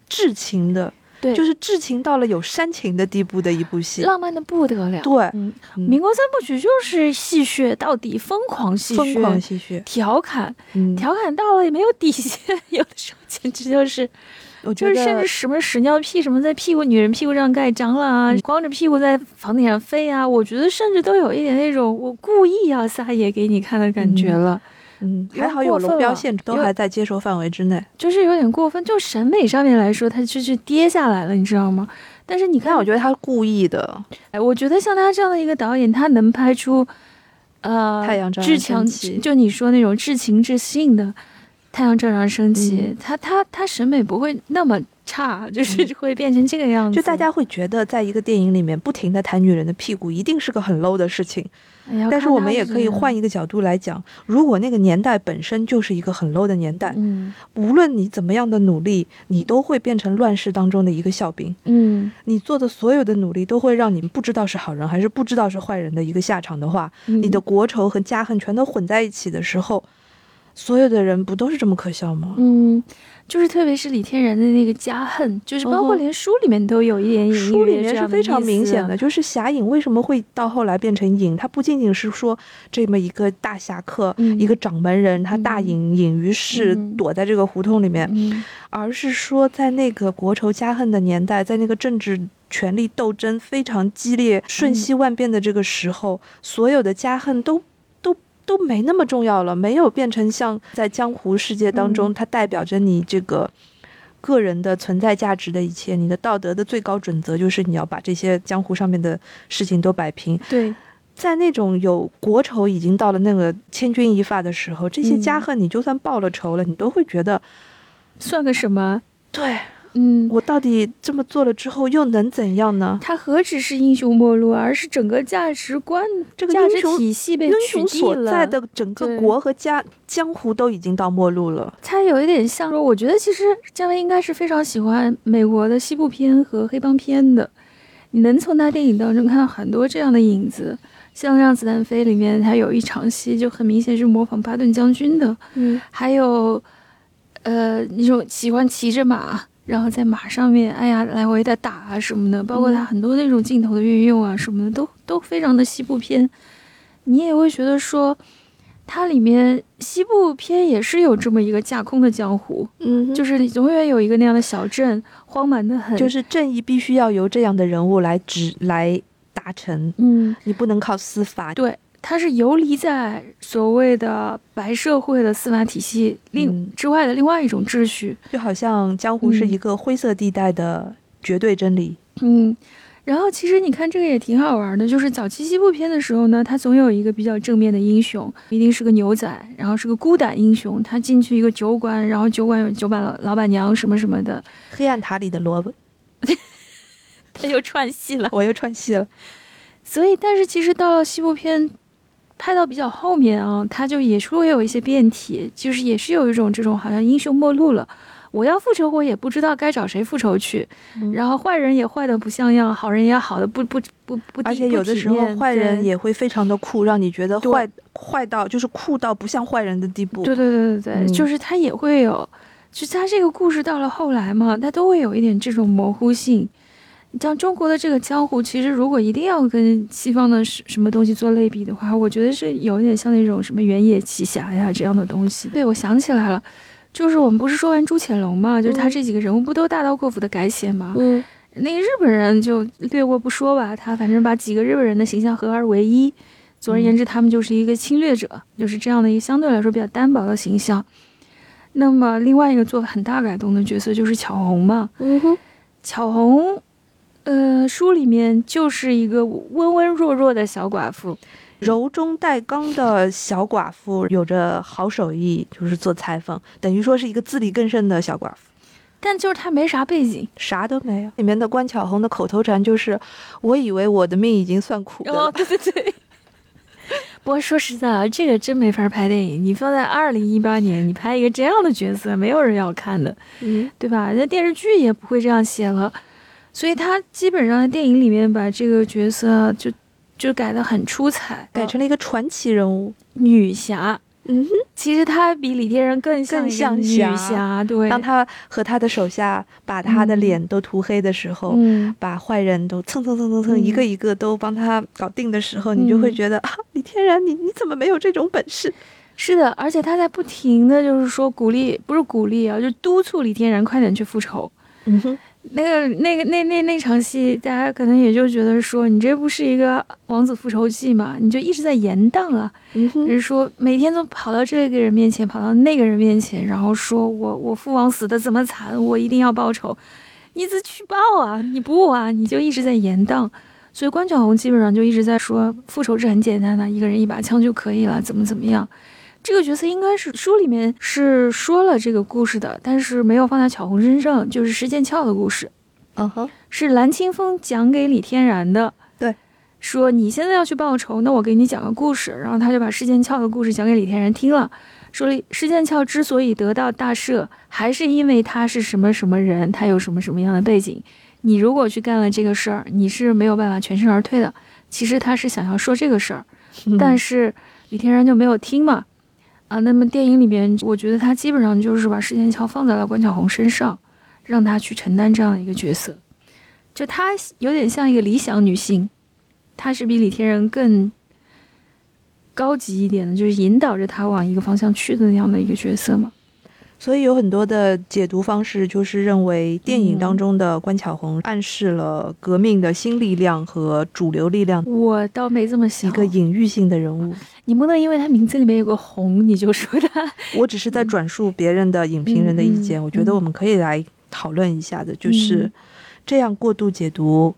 [SPEAKER 1] 至情的，
[SPEAKER 2] 对
[SPEAKER 1] 就是至情到了有煽情的地步的一部戏。
[SPEAKER 2] 浪漫的不得了。
[SPEAKER 1] 对，
[SPEAKER 2] 嗯，
[SPEAKER 1] 嗯
[SPEAKER 2] 民国三部曲就是戏谑到底，疯狂戏谑，
[SPEAKER 1] 疯狂戏谑。
[SPEAKER 2] 调侃，
[SPEAKER 1] 嗯，
[SPEAKER 2] 调侃到了也没有底线， 有的时候简直就是
[SPEAKER 1] 我
[SPEAKER 2] 就
[SPEAKER 1] 觉
[SPEAKER 2] 是
[SPEAKER 1] 得
[SPEAKER 2] 甚至什么屎尿屁什么在屁股女人屁股上盖章了啊，
[SPEAKER 1] 嗯
[SPEAKER 2] 光着屁股在房顶上飞啊，我觉得甚至都有一点那种我故意要撒野给你看的感觉
[SPEAKER 1] 嗯
[SPEAKER 2] 了，
[SPEAKER 1] 嗯，
[SPEAKER 2] 有
[SPEAKER 1] 还
[SPEAKER 2] 点
[SPEAKER 1] 好有
[SPEAKER 2] 过分
[SPEAKER 1] 龙标
[SPEAKER 2] 了
[SPEAKER 1] 线都
[SPEAKER 2] 有
[SPEAKER 1] 还在接受范围之内。
[SPEAKER 2] 就是有点过分。就审美上面来说，它就是跌下来了，你知道吗？但是你看
[SPEAKER 1] 但我，觉得他是故意的，
[SPEAKER 2] 哎，我觉得像他这样的一个导演，他能拍出呃
[SPEAKER 1] 太阳照
[SPEAKER 2] 至
[SPEAKER 1] 常升
[SPEAKER 2] 强
[SPEAKER 1] 起
[SPEAKER 2] 就你说那种至情至性的太阳照常升起，
[SPEAKER 1] 嗯
[SPEAKER 2] 他他他审美不会那么差，就是
[SPEAKER 1] 嗯
[SPEAKER 2] 会变成这个样子。
[SPEAKER 1] 就大家会觉得在一个电影里面不停的弹女人的屁股，一定是个很 low 的事情。
[SPEAKER 2] 哎呀，
[SPEAKER 1] 但是
[SPEAKER 2] 看
[SPEAKER 1] 我
[SPEAKER 2] 他
[SPEAKER 1] 们也
[SPEAKER 2] 是
[SPEAKER 1] 可以换一个角度来讲，如果那个年代本身就是一个很 low 的年代，
[SPEAKER 2] 嗯
[SPEAKER 1] 无论你怎么样的努力，你都会变成乱世当中的一个笑柄。
[SPEAKER 2] 嗯
[SPEAKER 1] 你做的所有的努力都会让你不知道是好人还是不知道是坏人的一个下场的话，
[SPEAKER 2] 嗯，
[SPEAKER 1] 你的国仇和家恨全都混在一起的时候，所有的人不都是这么可笑吗？
[SPEAKER 2] 嗯，就是特别是李天然的那个家恨，就是
[SPEAKER 1] 嗯
[SPEAKER 2] 包括
[SPEAKER 1] 哼
[SPEAKER 2] 连书里面都有一点隐
[SPEAKER 1] 书里
[SPEAKER 2] 约
[SPEAKER 1] 面
[SPEAKER 2] 这
[SPEAKER 1] 是
[SPEAKER 2] 样
[SPEAKER 1] 非常
[SPEAKER 2] 意
[SPEAKER 1] 明
[SPEAKER 2] 思啊
[SPEAKER 1] 显的，就是侠影为什么会到后来变成影，它不仅仅是说这么一个大侠客，
[SPEAKER 2] 嗯
[SPEAKER 1] 一个掌门人，他大
[SPEAKER 2] 嗯
[SPEAKER 1] 隐隐于市，
[SPEAKER 2] 嗯
[SPEAKER 1] 躲在这个胡同里面，
[SPEAKER 2] 嗯
[SPEAKER 1] 而是说在那个国仇家恨的年代，在那个政治。权力斗争非常激烈、瞬息万变的这个时候，所有的家恨都都都没那么重要了，没有变成像在江湖世界当中，它代表着你这个个人的存在价值的一切，你的道德的最高准则就是你要把这些江湖上面的事情都摆平。
[SPEAKER 2] 对
[SPEAKER 1] 在那种有国仇已经到了那个千钧一发的时候，这些
[SPEAKER 2] 嗯
[SPEAKER 1] 家恨你就算报了仇了，你都会觉得
[SPEAKER 2] 算个什么？
[SPEAKER 1] 对。
[SPEAKER 2] 嗯，
[SPEAKER 1] 我到底这么做了之后又能怎样呢？
[SPEAKER 2] 他何止是英雄末路，而是整个价值观、
[SPEAKER 1] 这个
[SPEAKER 2] 价
[SPEAKER 1] 英
[SPEAKER 2] 值
[SPEAKER 1] 雄
[SPEAKER 2] 体系被
[SPEAKER 1] 英
[SPEAKER 2] 取
[SPEAKER 1] 雄
[SPEAKER 2] 缔
[SPEAKER 1] 所在
[SPEAKER 2] 了。
[SPEAKER 1] 的整个
[SPEAKER 2] 对
[SPEAKER 1] 国和家江湖都已经到末路了。
[SPEAKER 2] 他有一点像说，我觉得其实姜文应该是非常喜欢美国的西部片和黑帮片的，你能从他电影当中看到很多这样的影子。像《让子弹飞》里面，他有一场戏就很明显是模仿巴顿将军的，
[SPEAKER 1] 嗯
[SPEAKER 2] 还有，呃，那种喜欢骑着马，然后在马上面，哎呀，来回的打啊什么的，包括他
[SPEAKER 1] 嗯
[SPEAKER 2] 很多那种镜头的运用啊什么的，都都非常的西部片。你也会觉得说，它里面西部片也是有这么一个架空的江湖，
[SPEAKER 1] 嗯
[SPEAKER 2] 就是是永远有一个那样的小镇，荒蛮的很。
[SPEAKER 1] 就是正义必须要由这样的人物来指来达成，
[SPEAKER 2] 嗯，
[SPEAKER 1] 你不能靠司法。
[SPEAKER 2] 对，它是游离在所谓的白社会的司法体系另、
[SPEAKER 1] 嗯
[SPEAKER 2] 之外的另外一种秩序。
[SPEAKER 1] 就好像江湖是
[SPEAKER 2] 嗯
[SPEAKER 1] 一个灰色地带的绝对真理。
[SPEAKER 2] 嗯，然后其实你看这个也挺好玩的，就是早期西部片的时候呢，他总有一个比较正面的英雄，一定是个牛仔，然后是个孤胆英雄，他进去一个酒馆，然后酒馆有酒馆老老板娘什么什么的，
[SPEAKER 1] 黑暗塔里的萝 卜，
[SPEAKER 2] 他又串戏了。
[SPEAKER 1] 我又串戏了。
[SPEAKER 2] 所以，但是其实到了西部片拍到比较后面啊，它就也是会有一些变体，就是也是有一种这种好像英雄末路了。我要复仇，我也不知道该找谁复仇去，
[SPEAKER 1] 嗯
[SPEAKER 2] 然后坏人也坏的不像样，好人也好的不不不不体，
[SPEAKER 1] 而且有的时候
[SPEAKER 2] 不体面
[SPEAKER 1] 坏人
[SPEAKER 2] 对
[SPEAKER 1] 也会非常的酷，让你觉得
[SPEAKER 2] 对
[SPEAKER 1] 坏坏到就是酷到不像坏人的地步。
[SPEAKER 2] 对对对对对，
[SPEAKER 1] 嗯
[SPEAKER 2] 就是他也会有，就他这个故事到了后来嘛，他都会有一点这种模糊性。像中国的这个江湖，其实如果一定要跟西方的什什么东西做类比的话，我觉得是有一点像那种什么《原野奇侠》呀这样的东西。对，我想起来了，就是我们不是说完朱潜龙嘛，就是他
[SPEAKER 1] 嗯
[SPEAKER 2] 这几个人物不都大刀阔斧的改写吗？
[SPEAKER 1] 嗯，
[SPEAKER 2] 那个日本人就略过不说吧，他反正把几个日本人的形象合二为一。总而言之，他们就是一个侵略者，就是这样的一个相对来说比较单薄的形象。那么另外一个做很大改动的角色就是巧红嘛，
[SPEAKER 1] 嗯哼，
[SPEAKER 2] 巧红，呃，书里面就是一个温温弱弱的小寡妇，
[SPEAKER 1] 柔中带刚的小寡妇有着好手艺，就是做裁缝，等于说是一个自力更生的小寡妇，
[SPEAKER 2] 但就是她没啥背景，
[SPEAKER 1] 啥都没有。里面的关巧红的口头禅就是：“我以为我的命已经算苦的了。
[SPEAKER 2] 哦，对对对。 不过说实在啊，这个真没法拍电影。你放在二零一八年，你拍一个这样的角色，没有人要看的。
[SPEAKER 1] 嗯
[SPEAKER 2] 对吧？那电视剧也不会这样写了，所以他基本上在电影里面把这个角色就就改得很出彩，
[SPEAKER 1] 改成了一个传奇人物。
[SPEAKER 2] 女侠。
[SPEAKER 1] 嗯哼，
[SPEAKER 2] 其实她比李天然更像
[SPEAKER 1] 更
[SPEAKER 2] 一个
[SPEAKER 1] 像
[SPEAKER 2] 女
[SPEAKER 1] 侠
[SPEAKER 2] 侠，对，
[SPEAKER 1] 当他和他的手下把他的
[SPEAKER 2] 嗯
[SPEAKER 1] 脸都涂黑的时候，
[SPEAKER 2] 嗯，
[SPEAKER 1] 把坏人都蹭蹭蹭蹭蹭
[SPEAKER 2] 嗯
[SPEAKER 1] 一个一个都帮他搞定的时候，你就会
[SPEAKER 2] 嗯
[SPEAKER 1] 觉得啊，李天然，你你怎么没有这种本事？
[SPEAKER 2] 是的，而且她在不停的就是说鼓励，不是鼓励啊，就督促李天然快点去复仇。
[SPEAKER 1] 嗯哼，
[SPEAKER 2] 那个、那个、那那那场戏，大家可能也就觉得说，你这不是一个王子复仇记嘛？你就一直在延宕啊，
[SPEAKER 1] 嗯
[SPEAKER 2] 就
[SPEAKER 1] 哼，
[SPEAKER 2] 是说每天都跑到这个人面前，跑到那个人面前，然后说我我父王死的怎么惨，我一定要报仇。你只去报啊，你不啊，你就一直在延宕。所以关晓红基本上就一直在说，复仇是很简单的，一个人一把枪就可以了，怎么怎么样。这个角色应该是书里面是说了这个故事的，但是没有放在巧红身上，就是石剑鞘的故事。
[SPEAKER 1] 嗯哼，
[SPEAKER 2] 是蓝青峰讲给李天然的。
[SPEAKER 1] 对，
[SPEAKER 2] 说你现在要去报仇，那我给你讲个故事。然后他就把施剑鞘的故事讲给李天然听了，说了施剑鞘之所以得到大赦，还是因为他是什么什么人，他有什么什么样的背景。你如果去干了这个事儿，你是没有办法全身而退的。其实他是想要说这个事儿，但
[SPEAKER 1] 是
[SPEAKER 2] 是李天然就没有听嘛。啊，那么电影里边，我觉得他基本上就是把施剑桥放在了关巧红身上，让她去承担这样的一个角色，就她有点像一个理想女性，她是比李天然更高级一点的，就是引导着她往一个方向去的那样的一个角色嘛。
[SPEAKER 1] 所以有很多的解读方式，就是认为电影当中的关巧红暗示了革命的新力量和主流力量
[SPEAKER 2] 我倒没这么
[SPEAKER 1] 一
[SPEAKER 2] 想，
[SPEAKER 1] 个隐喻性的人物。
[SPEAKER 2] 你不能因为她名字里面有个红，你就说她
[SPEAKER 1] 我只是在转述别人的影评人的意见，
[SPEAKER 2] 嗯嗯
[SPEAKER 1] 我觉得我们可以来讨论一下的，就是
[SPEAKER 2] 嗯
[SPEAKER 1] 这样过度解读，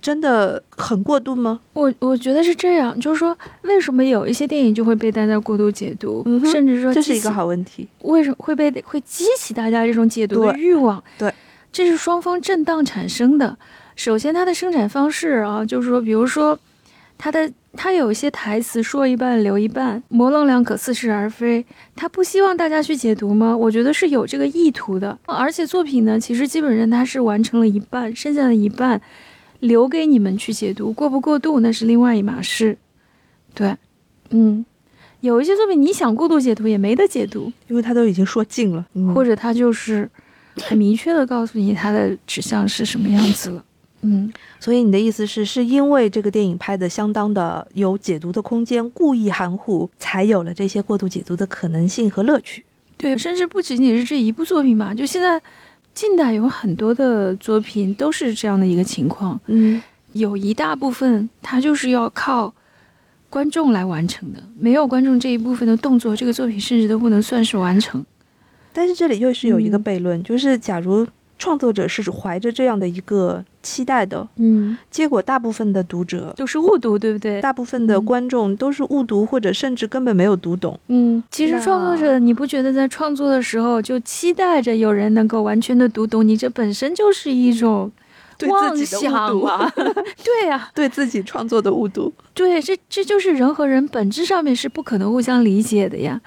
[SPEAKER 1] 真的很过度吗？
[SPEAKER 2] 我我觉得是这样，就是说，为什么有一些电影就会被大家过度解读，
[SPEAKER 1] 嗯哼
[SPEAKER 2] 甚至说
[SPEAKER 1] 这是一个
[SPEAKER 2] 激起
[SPEAKER 1] 好问题。
[SPEAKER 2] 为什么会被会激起大家这种解读的
[SPEAKER 1] 对
[SPEAKER 2] 欲望？
[SPEAKER 1] 对
[SPEAKER 2] 这是双方震荡产生的。首先，它的生产方式啊，就是说，比如说，它的它有一些台词说一半留一半，模棱两可，似是而非。他不希望大家去解读吗？我觉得是有这个意图的。而且作品呢，其实基本上它是完成了一半，剩下的一半留给你们去解读，过不过度那是另外一码事。对，嗯，有一些作品你想过度解读也没得解读。
[SPEAKER 1] 因为他都已经说尽了，嗯
[SPEAKER 2] 或者他就是很明确的告诉你他的指向是什么样子了。嗯，
[SPEAKER 1] 所以你的意思是，是因为这个电影拍的相当的有解读的空间，故意含糊，才有了这些过度解读的可能性和乐趣。
[SPEAKER 2] 对，甚至不仅仅是这一部作品吧，就现在近代有很多的作品都是这样的一个情况，
[SPEAKER 1] 嗯，
[SPEAKER 2] 有一大部分它就是要靠观众来完成的，没有观众这一部分的动作，这个作品甚至都不能算是完成。
[SPEAKER 1] 但是这里又是有一个
[SPEAKER 2] 嗯
[SPEAKER 1] 悖论，就是假如创作者是怀着这样的一个期待的，
[SPEAKER 2] 嗯，
[SPEAKER 1] 结果大部分的读者、
[SPEAKER 2] 都是误读，对不对？
[SPEAKER 1] 大部分的
[SPEAKER 2] 嗯
[SPEAKER 1] 观众都是误读，或者甚至根本没有读懂。
[SPEAKER 2] 嗯，其实
[SPEAKER 1] 那
[SPEAKER 2] 创作者，你不觉得在创作的时候就期待着有人能够完全的读懂你，这本身就是一种
[SPEAKER 1] 对
[SPEAKER 2] 妄
[SPEAKER 1] 自己的
[SPEAKER 2] 想
[SPEAKER 1] 误读，
[SPEAKER 2] 啊？ 对呀、
[SPEAKER 1] 对自己创作的误 读，
[SPEAKER 2] 对，这这就是人和人本质上面是不可能互相理解的呀。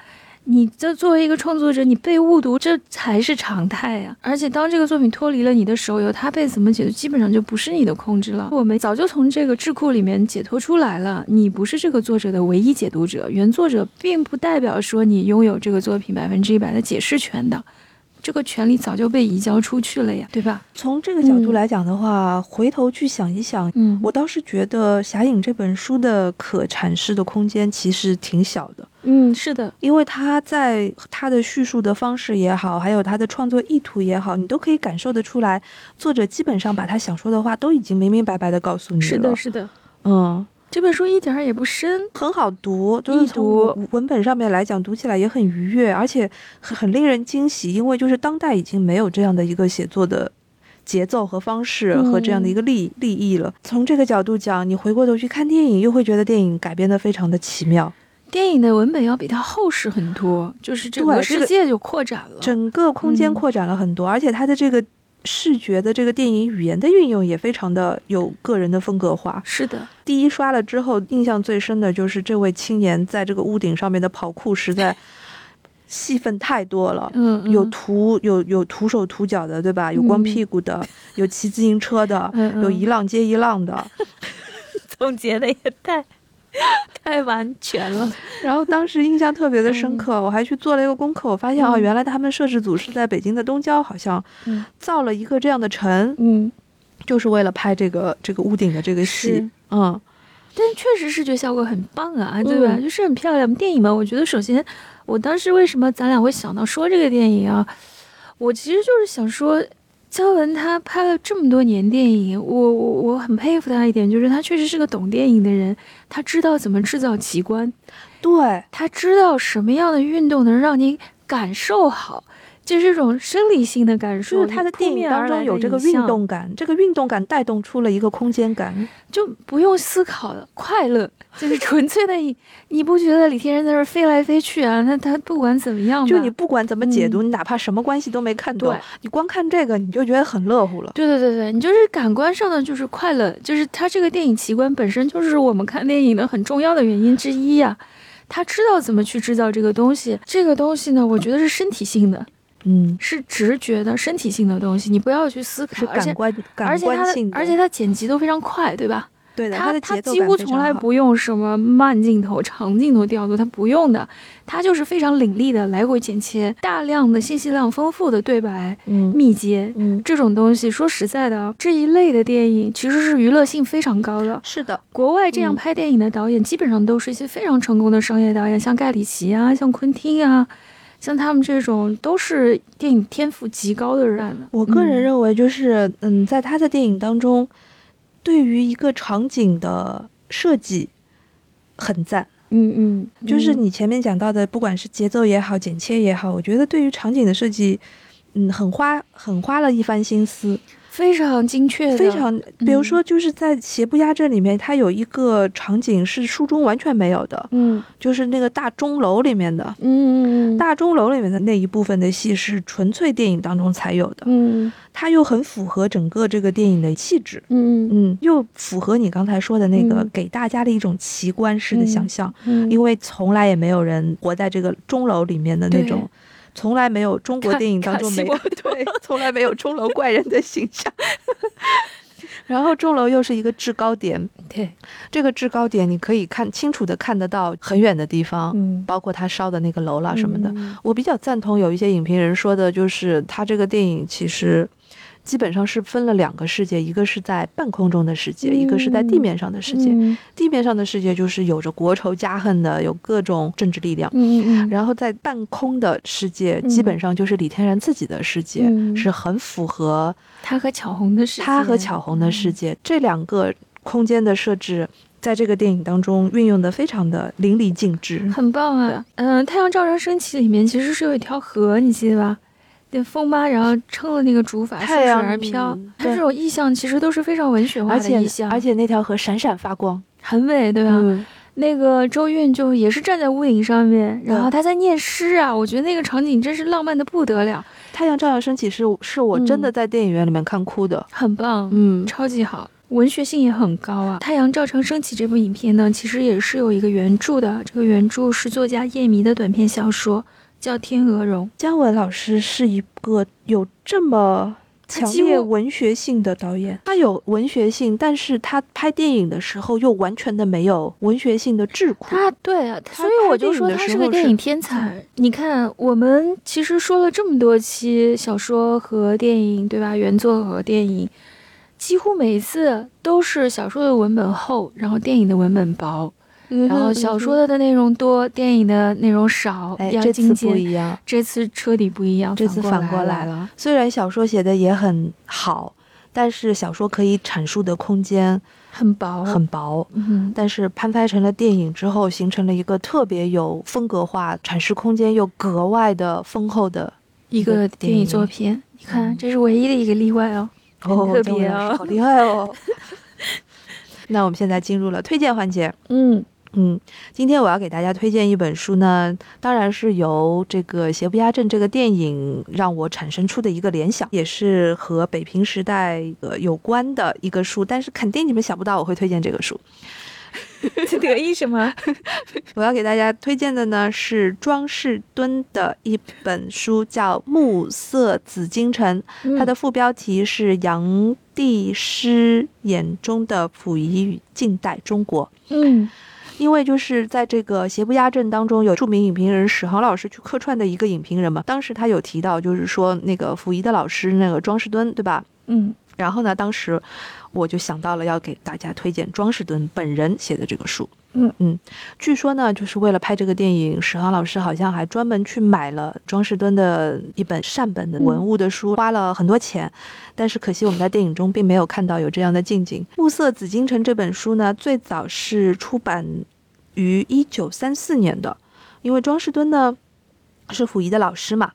[SPEAKER 2] 你这作为一个创作者，你被误读，这才是常态呀。而且当这个作品脱离了你的手游，它被怎么解读，基本上就不是你的控制了。我们早就从这个智库里面解脱出来了，你不是这个作者的唯一解读者，原作者并不代表说你拥有这个作品百分之一百的解释权的，这个权利早就被移交出去了呀，对吧？
[SPEAKER 1] 从这个角度
[SPEAKER 2] 嗯
[SPEAKER 1] 来讲的话，回头去想一想，
[SPEAKER 2] 嗯
[SPEAKER 1] 我倒是觉得《侠影》这本书的可阐释的空间其实挺小的，
[SPEAKER 2] 嗯，是的，
[SPEAKER 1] 因为它在它的叙述的方式也好，还有它的创作意图也好，你都可以感受得出来，作者基本上把他想说的话都已经明明白白的告诉你了。
[SPEAKER 2] 是的，是的。
[SPEAKER 1] 嗯，
[SPEAKER 2] 这本书一点儿也不深，
[SPEAKER 1] 很好读，就是
[SPEAKER 2] 易读
[SPEAKER 1] 从文本上面来讲，读起来也很愉悦，而且很很令人惊喜，因为就是当代已经没有这样的一个写作的。节奏和方式
[SPEAKER 2] 嗯
[SPEAKER 1] 和这样的一个利、利益了。从这个角度讲，你回过头去看电影，又会觉得电影改编的非常的奇妙。
[SPEAKER 2] 电影的文本要比它厚实很多，就是整个
[SPEAKER 1] 对这
[SPEAKER 2] 世
[SPEAKER 1] 个
[SPEAKER 2] 界就扩展了。
[SPEAKER 1] 整个空间
[SPEAKER 2] 嗯
[SPEAKER 1] 扩展了很多，而且它的这个视觉的这个电影语言的运用也非常的有个人的风格化。
[SPEAKER 2] 是的，
[SPEAKER 1] 第一刷了之后，印象最深的就是这位青年在这个屋顶上面的跑酷，实在戏份太多了。
[SPEAKER 2] 嗯，嗯
[SPEAKER 1] 有徒有有徒手徒脚的，对吧？有光
[SPEAKER 2] 嗯
[SPEAKER 1] 屁股的，有骑自行车的，
[SPEAKER 2] 嗯嗯
[SPEAKER 1] 有一浪接一浪的。
[SPEAKER 2] 总结的也太太完全了。
[SPEAKER 1] 然后当时印象特别的深刻，我还去做了一个功课，我发现啊，
[SPEAKER 2] 嗯
[SPEAKER 1] 原来他们摄制组是在北京的东郊，好像
[SPEAKER 2] 嗯
[SPEAKER 1] 造了一个这样的城，
[SPEAKER 2] 嗯，
[SPEAKER 1] 就是为了拍这个这个屋顶的这个
[SPEAKER 2] 是
[SPEAKER 1] 戏。嗯，
[SPEAKER 2] 但确实视觉效果很棒啊，对吧？
[SPEAKER 1] 嗯
[SPEAKER 2] 就是很漂亮。电影嘛，我觉得首先，我当时为什么咱俩会想到说这个电影啊？我其实就是想说，姜文他拍了这么多年电影，我我我很佩服他一点，就是他确实是个懂电影的人，他知道怎么制造奇观。
[SPEAKER 1] 对，
[SPEAKER 2] 他知道什么样的运动能让你感受好，就是一种生理性的感
[SPEAKER 1] 就
[SPEAKER 2] 受。
[SPEAKER 1] 是他的
[SPEAKER 2] 扑
[SPEAKER 1] 电影
[SPEAKER 2] 面
[SPEAKER 1] 当
[SPEAKER 2] 而
[SPEAKER 1] 中
[SPEAKER 2] 来
[SPEAKER 1] 有
[SPEAKER 2] 的
[SPEAKER 1] 这个
[SPEAKER 2] 影
[SPEAKER 1] 运
[SPEAKER 2] 像，
[SPEAKER 1] 动感，这个运动感带动出了一个空间感。
[SPEAKER 2] 就不用思考的快乐，就是纯粹的你。 你不觉得李天然在这儿飞来飞去啊？那他不管怎么样吧，
[SPEAKER 1] 就你不管怎么解读，你哪怕什么关系都没看懂
[SPEAKER 2] 嗯对，
[SPEAKER 1] 你光看这个你就觉得很乐乎了。
[SPEAKER 2] 对对对对，你就是感官上的就是快乐，就是他这个电影奇观本身就是我们看电影的很重要的原因之一呀、他知道怎么去制造这个东西，这个东西呢，我觉得是身体性的，
[SPEAKER 1] 嗯，
[SPEAKER 2] 是直觉的、身体性的东西，你不要去思考，
[SPEAKER 1] 是
[SPEAKER 2] 而且
[SPEAKER 1] 感官
[SPEAKER 2] 而
[SPEAKER 1] 感
[SPEAKER 2] 且它
[SPEAKER 1] 官
[SPEAKER 2] 的
[SPEAKER 1] 性的，
[SPEAKER 2] 而且它剪辑都非常快，对吧？
[SPEAKER 1] 对的，
[SPEAKER 2] 它
[SPEAKER 1] 的
[SPEAKER 2] 它
[SPEAKER 1] 节奏
[SPEAKER 2] 几
[SPEAKER 1] 感
[SPEAKER 2] 乎
[SPEAKER 1] 非
[SPEAKER 2] 从
[SPEAKER 1] 常
[SPEAKER 2] 来
[SPEAKER 1] 好
[SPEAKER 2] 不用什么慢镜头、长镜头调度，它不用的，它就是非常凌厉的来回剪切，大量的信息量丰富的对白、
[SPEAKER 1] 嗯
[SPEAKER 2] 密接
[SPEAKER 1] 嗯，
[SPEAKER 2] 这种东西。说实在的啊，这一类的电影其实是娱乐性非常高的。
[SPEAKER 1] 是的，
[SPEAKER 2] 国外这样
[SPEAKER 1] 嗯
[SPEAKER 2] 拍电影的导演，基本上都是一些非常成功的商业导演，像盖里奇啊，像昆汀啊，像他们这种都是电影天赋极高的人。
[SPEAKER 1] 我个人
[SPEAKER 2] 嗯
[SPEAKER 1] 认为就是嗯，在他的电影当中，对于一个场景的设计很赞。
[SPEAKER 2] 嗯嗯，
[SPEAKER 1] 就是
[SPEAKER 2] 嗯
[SPEAKER 1] 你前面讲到的，不管是节奏也好，剪切也好，我觉得对于场景的设计，嗯，很花很花了一番心思，
[SPEAKER 2] 非常精确的，嗯
[SPEAKER 1] 非常。比如说，就是在《邪不压正》里面，它有一个场景是书中完全没有的，
[SPEAKER 2] 嗯
[SPEAKER 1] 就是那个大钟楼里面的。
[SPEAKER 2] 嗯嗯
[SPEAKER 1] 大钟楼里面的那一部分的戏是纯粹电影当中才有的，
[SPEAKER 2] 嗯
[SPEAKER 1] 它又很符合整个这个电影的气质，
[SPEAKER 2] 嗯
[SPEAKER 1] 嗯，又符合你刚才说的那个
[SPEAKER 2] 嗯
[SPEAKER 1] 给大家的一种奇观式的想
[SPEAKER 2] 嗯
[SPEAKER 1] 象，
[SPEAKER 2] 嗯，
[SPEAKER 1] 因为从来也没有人活在这个钟楼里面的那
[SPEAKER 2] 对
[SPEAKER 1] 种，从来没有中国
[SPEAKER 2] 卡
[SPEAKER 1] 电影当
[SPEAKER 2] 卡
[SPEAKER 1] 中
[SPEAKER 2] 西
[SPEAKER 1] 没有
[SPEAKER 2] 莫
[SPEAKER 1] 对，从来没有钟楼怪人的形象。 然后钟楼又是一个制高点，
[SPEAKER 2] 对，
[SPEAKER 1] 这个制高点你可以看清楚的看得到很远的地方，
[SPEAKER 2] 嗯
[SPEAKER 1] 包括他烧的那个楼啊啦什么的。
[SPEAKER 2] 嗯
[SPEAKER 1] 我比较赞同有一些影评人说的，就是他这个电影其实基本上是分了两个世界，一个是在半空中的世界，一个是在地面上的世界。
[SPEAKER 2] 嗯
[SPEAKER 1] 地面上的世界就是有着国仇家恨的，有各种政治力量。
[SPEAKER 2] 嗯嗯，
[SPEAKER 1] 然后在半空的世界，
[SPEAKER 2] 嗯
[SPEAKER 1] 基本上就是李天然自己的世界，
[SPEAKER 2] 嗯
[SPEAKER 1] 是很符合
[SPEAKER 2] 他和巧红的事，
[SPEAKER 1] 他和巧红的
[SPEAKER 2] 嗯
[SPEAKER 1] 世界、这两个空间的设置，在这个电影当中运用的非常的淋漓尽致。
[SPEAKER 2] 很棒啊！嗯、太阳照常升起里面其实是有一条河，你记得吧？那风妈然后撑了那个竹筏，顺
[SPEAKER 1] 太
[SPEAKER 2] 水
[SPEAKER 1] 阳嗯
[SPEAKER 2] 而飘。它
[SPEAKER 1] 对
[SPEAKER 2] 这种意象其实都是非常文学化
[SPEAKER 1] 而
[SPEAKER 2] 的
[SPEAKER 1] 且
[SPEAKER 2] 意象，
[SPEAKER 1] 而且那条河闪闪发光，
[SPEAKER 2] 很美，对吧？啊
[SPEAKER 1] 嗯，
[SPEAKER 2] 那个周韵就也是站在屋顶上面，
[SPEAKER 1] 对
[SPEAKER 2] 然后她在念诗啊，我觉得那个场景真是浪漫的不得了，
[SPEAKER 1] 太阳照样升起是是我真的
[SPEAKER 2] 嗯
[SPEAKER 1] 在电影院里面看哭的。
[SPEAKER 2] 很棒，
[SPEAKER 1] 嗯
[SPEAKER 2] 超级好，文学性也很高啊。《太阳照常升起》这部影片呢，其实也是有一个原著的，这个原著是作家叶迷的短篇小说，叫《天鹅绒》。
[SPEAKER 1] 姜文老师是一个有这么
[SPEAKER 2] 他
[SPEAKER 1] 强
[SPEAKER 2] 几乎
[SPEAKER 1] 烈文学性的导演，他有文学性，但是他拍电影的时候又完全的没有文学性的智库。
[SPEAKER 2] 他对啊，
[SPEAKER 1] 他
[SPEAKER 2] 所以我就
[SPEAKER 1] 拍电影
[SPEAKER 2] 说
[SPEAKER 1] 的
[SPEAKER 2] 他
[SPEAKER 1] 时
[SPEAKER 2] 是个
[SPEAKER 1] 候
[SPEAKER 2] 电
[SPEAKER 1] 是
[SPEAKER 2] 影天才。你看，我们其实说了这么多期小说和电影，对吧？原作和电影，几乎每一次都是小说的文本厚，然后电影的文本薄，
[SPEAKER 1] 嗯
[SPEAKER 2] 然后小说的内容多，电影的内容少，
[SPEAKER 1] 哎，
[SPEAKER 2] 要
[SPEAKER 1] 这次不
[SPEAKER 2] 精简。
[SPEAKER 1] 一样。
[SPEAKER 2] 这次彻底不一样，
[SPEAKER 1] 这次反过来
[SPEAKER 2] 了。
[SPEAKER 1] 虽然小说写的也很好，但是小说可以阐述的空间
[SPEAKER 2] 很薄，
[SPEAKER 1] 很薄。
[SPEAKER 2] 嗯，
[SPEAKER 1] 但是翻拍成了电影之后，形成了一个特别有风格化、阐释空间又格外的丰厚的
[SPEAKER 2] 一个电影作品。你
[SPEAKER 1] 嗯
[SPEAKER 2] 看，这是唯一的一个例外哦。
[SPEAKER 1] 哦，
[SPEAKER 2] 特
[SPEAKER 1] 姜文
[SPEAKER 2] 别
[SPEAKER 1] 老师
[SPEAKER 2] 哦
[SPEAKER 1] 好厉害哦！ 那我们现在进入了推荐环节。
[SPEAKER 2] 嗯
[SPEAKER 1] 嗯，今天我要给大家推荐一本书呢，当然是由这个《邪不压正》这个电影让我产生出的一个联想，也是和北平时代呃有关的一个书，但是肯定你们想不到我会推荐这个书。
[SPEAKER 2] 得意什 么？
[SPEAKER 1] 我要给大家推荐的呢是庄士敦的一本书，叫《暮色紫禁城》。它
[SPEAKER 2] 嗯
[SPEAKER 1] 的副标题是“杨帝师眼中的溥仪与近代中国
[SPEAKER 2] 嗯”，
[SPEAKER 1] 因为就是在这个《邪不压正》当中，有著名影评人史航老师去客串的一个影评人嘛，当时他有提到，就是说那个溥仪的老师那个庄士敦，对吧？
[SPEAKER 2] 嗯
[SPEAKER 1] 然后呢，当时我就想到了要给大家推荐庄士敦本人写的这个书。
[SPEAKER 2] 嗯
[SPEAKER 1] 嗯，据说呢，就是为了拍这个电影，史航老师好像还专门去买了庄士敦的一本善本的
[SPEAKER 2] 嗯
[SPEAKER 1] 文物的书，花了很多钱。但是可惜我们在电影中并没有看到有这样的近景。《暮色紫禁城》这本书呢，最早是出版于一九三四年的，因为庄士敦呢是溥仪的老师嘛，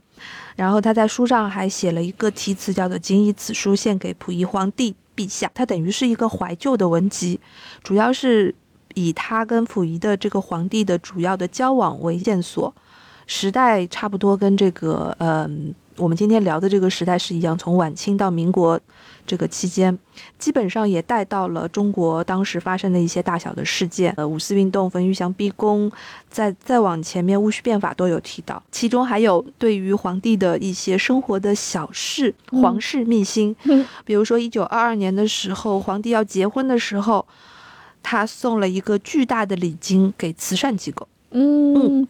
[SPEAKER 1] 然后他在书上还写了一个题词，叫做“谨以此书献给溥仪皇帝陛下”，它等于是一个怀旧的文集，主要是以他跟溥仪的这个皇帝的主要的交往为线索，时代差不多跟这个嗯、我们今天聊的这个时代是一样，从晚清到民国这个期间，基本上也带到了中国当时发生的一些大小的事件，呃，五四运动、冯玉祥逼宫，再再往前面戊戌变法都有提到，其中还有对于皇帝的一些生活的小事、
[SPEAKER 2] 嗯
[SPEAKER 1] 皇室秘辛，
[SPEAKER 2] 嗯
[SPEAKER 1] 比如说一九二二年的时候，皇帝要结婚的时候，他送了一个巨大的礼金给慈善机构。
[SPEAKER 2] 嗯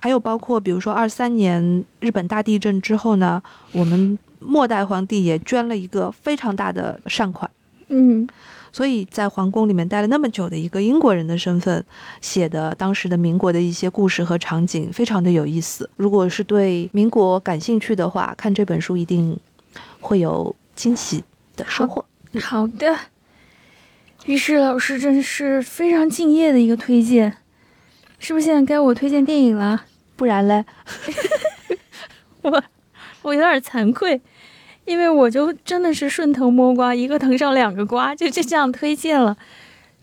[SPEAKER 1] 还有包括比如说二三年日本大地震之后呢，我们末代皇帝也捐了一个非常大的善款。
[SPEAKER 2] 嗯
[SPEAKER 1] 所以在皇宫里面待了那么久的一个英国人的身份，写的当时的民国的一些故事和场景，非常的有意思。如果是对民国感兴趣的话，看这本书一定会有惊喜的收获。
[SPEAKER 2] 嗯，好的。于是老师真是非常敬业的一个推荐，是不是现在该我推荐电影了？
[SPEAKER 1] 不然嘞，
[SPEAKER 2] 我有点惭愧，因为我就真的是顺藤摸瓜，一个藤上两个瓜，就就 这样推荐了。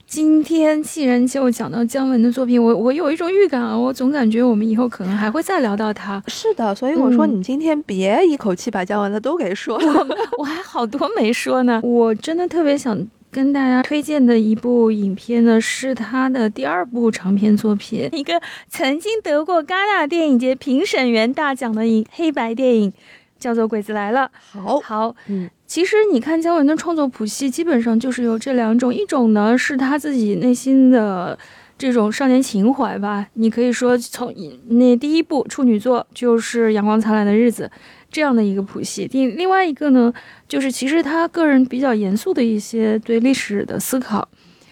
[SPEAKER 2] 今天既然就讲到姜文的作品，我我有一种预感啊，我总感觉我们以后可能还会再聊到他。
[SPEAKER 1] 是的，所以我说
[SPEAKER 2] 嗯
[SPEAKER 1] 你今天别一口气把姜文的都给说了。
[SPEAKER 2] 我还好多没说呢。我真的特别想跟大家推荐的一部影片呢，是他的第二部长篇作品，一个曾经得过戛纳电影节评审员大奖的影黑白电影，叫做《鬼子来了》。
[SPEAKER 1] 好，
[SPEAKER 2] 好，
[SPEAKER 1] 嗯
[SPEAKER 2] 其实你看姜文的创作谱系，基本上就是由这两种，一种呢是他自己内心的这种少年情怀嗯吧，你可以说从那第一部处女作就是《阳光灿烂的日子》，这样的一个谱系。另另外一个呢，就是其实他个人比较严肃的一些对历史的思考。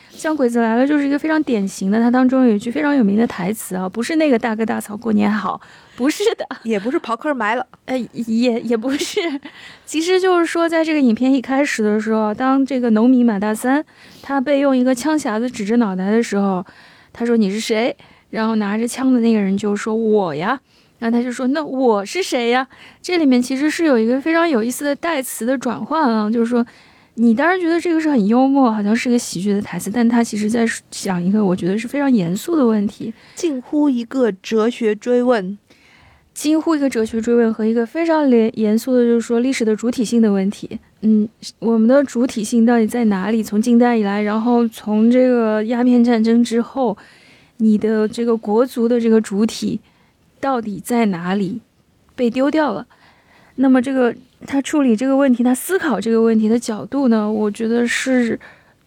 [SPEAKER 2] 像《鬼子来了》就是一个非常典型的，它当中有一句非常有名的台词啊，不是那个大哥大嫂过年好，不是的，
[SPEAKER 1] 也不是刨坑埋了，
[SPEAKER 2] 呃，也也不是，其实就是说，在这个影片一开始的时候，当这个农民马大三他被用一个枪匣子指着脑袋的时候，他说你是谁？然后拿着枪的那个人就说我呀，然后他就说那我是谁呀？这里面其实是有一个非常有意思的代词的转换啊，就是说。你当然觉得这个是很幽默，好像是个喜剧的台词，但他其实在讲一个我觉得是非常严肃的问题，
[SPEAKER 1] 近乎一个哲学追问，
[SPEAKER 2] 近乎一个哲学追问和一个非常严严肃的，就是说历史的主体性的问题。嗯，我们的主体性到底在哪里？从近代以来，然后从这个鸦片战争之后，你的这个国足的这个主体到底在哪里？被丢掉了。那么这个。他处理这个问题，他思考这个问题的角度呢，我觉得是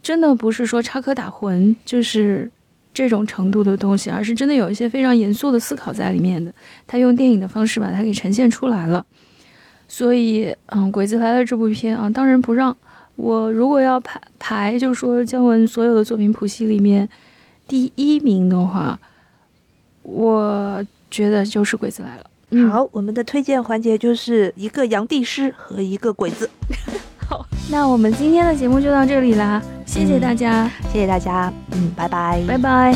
[SPEAKER 2] 真的不是说插科打诨，就是这种程度的东西，而是真的有一些非常严肃的思考在里面的。他用电影的方式把它给呈现出来了。所以，嗯，《鬼子来了》这部片啊，当仁不让。我如果要排排，就是说姜文所有的作品谱系里面第一名的话，我觉得就是《鬼子来了》。
[SPEAKER 1] 嗯、好，我们的推荐环节就是一个杨帝师和一个鬼子。
[SPEAKER 2] 好，那我们今天的节目就到这里啦，谢谢大家，嗯、
[SPEAKER 1] 谢谢大家，嗯，拜拜，
[SPEAKER 2] 拜拜。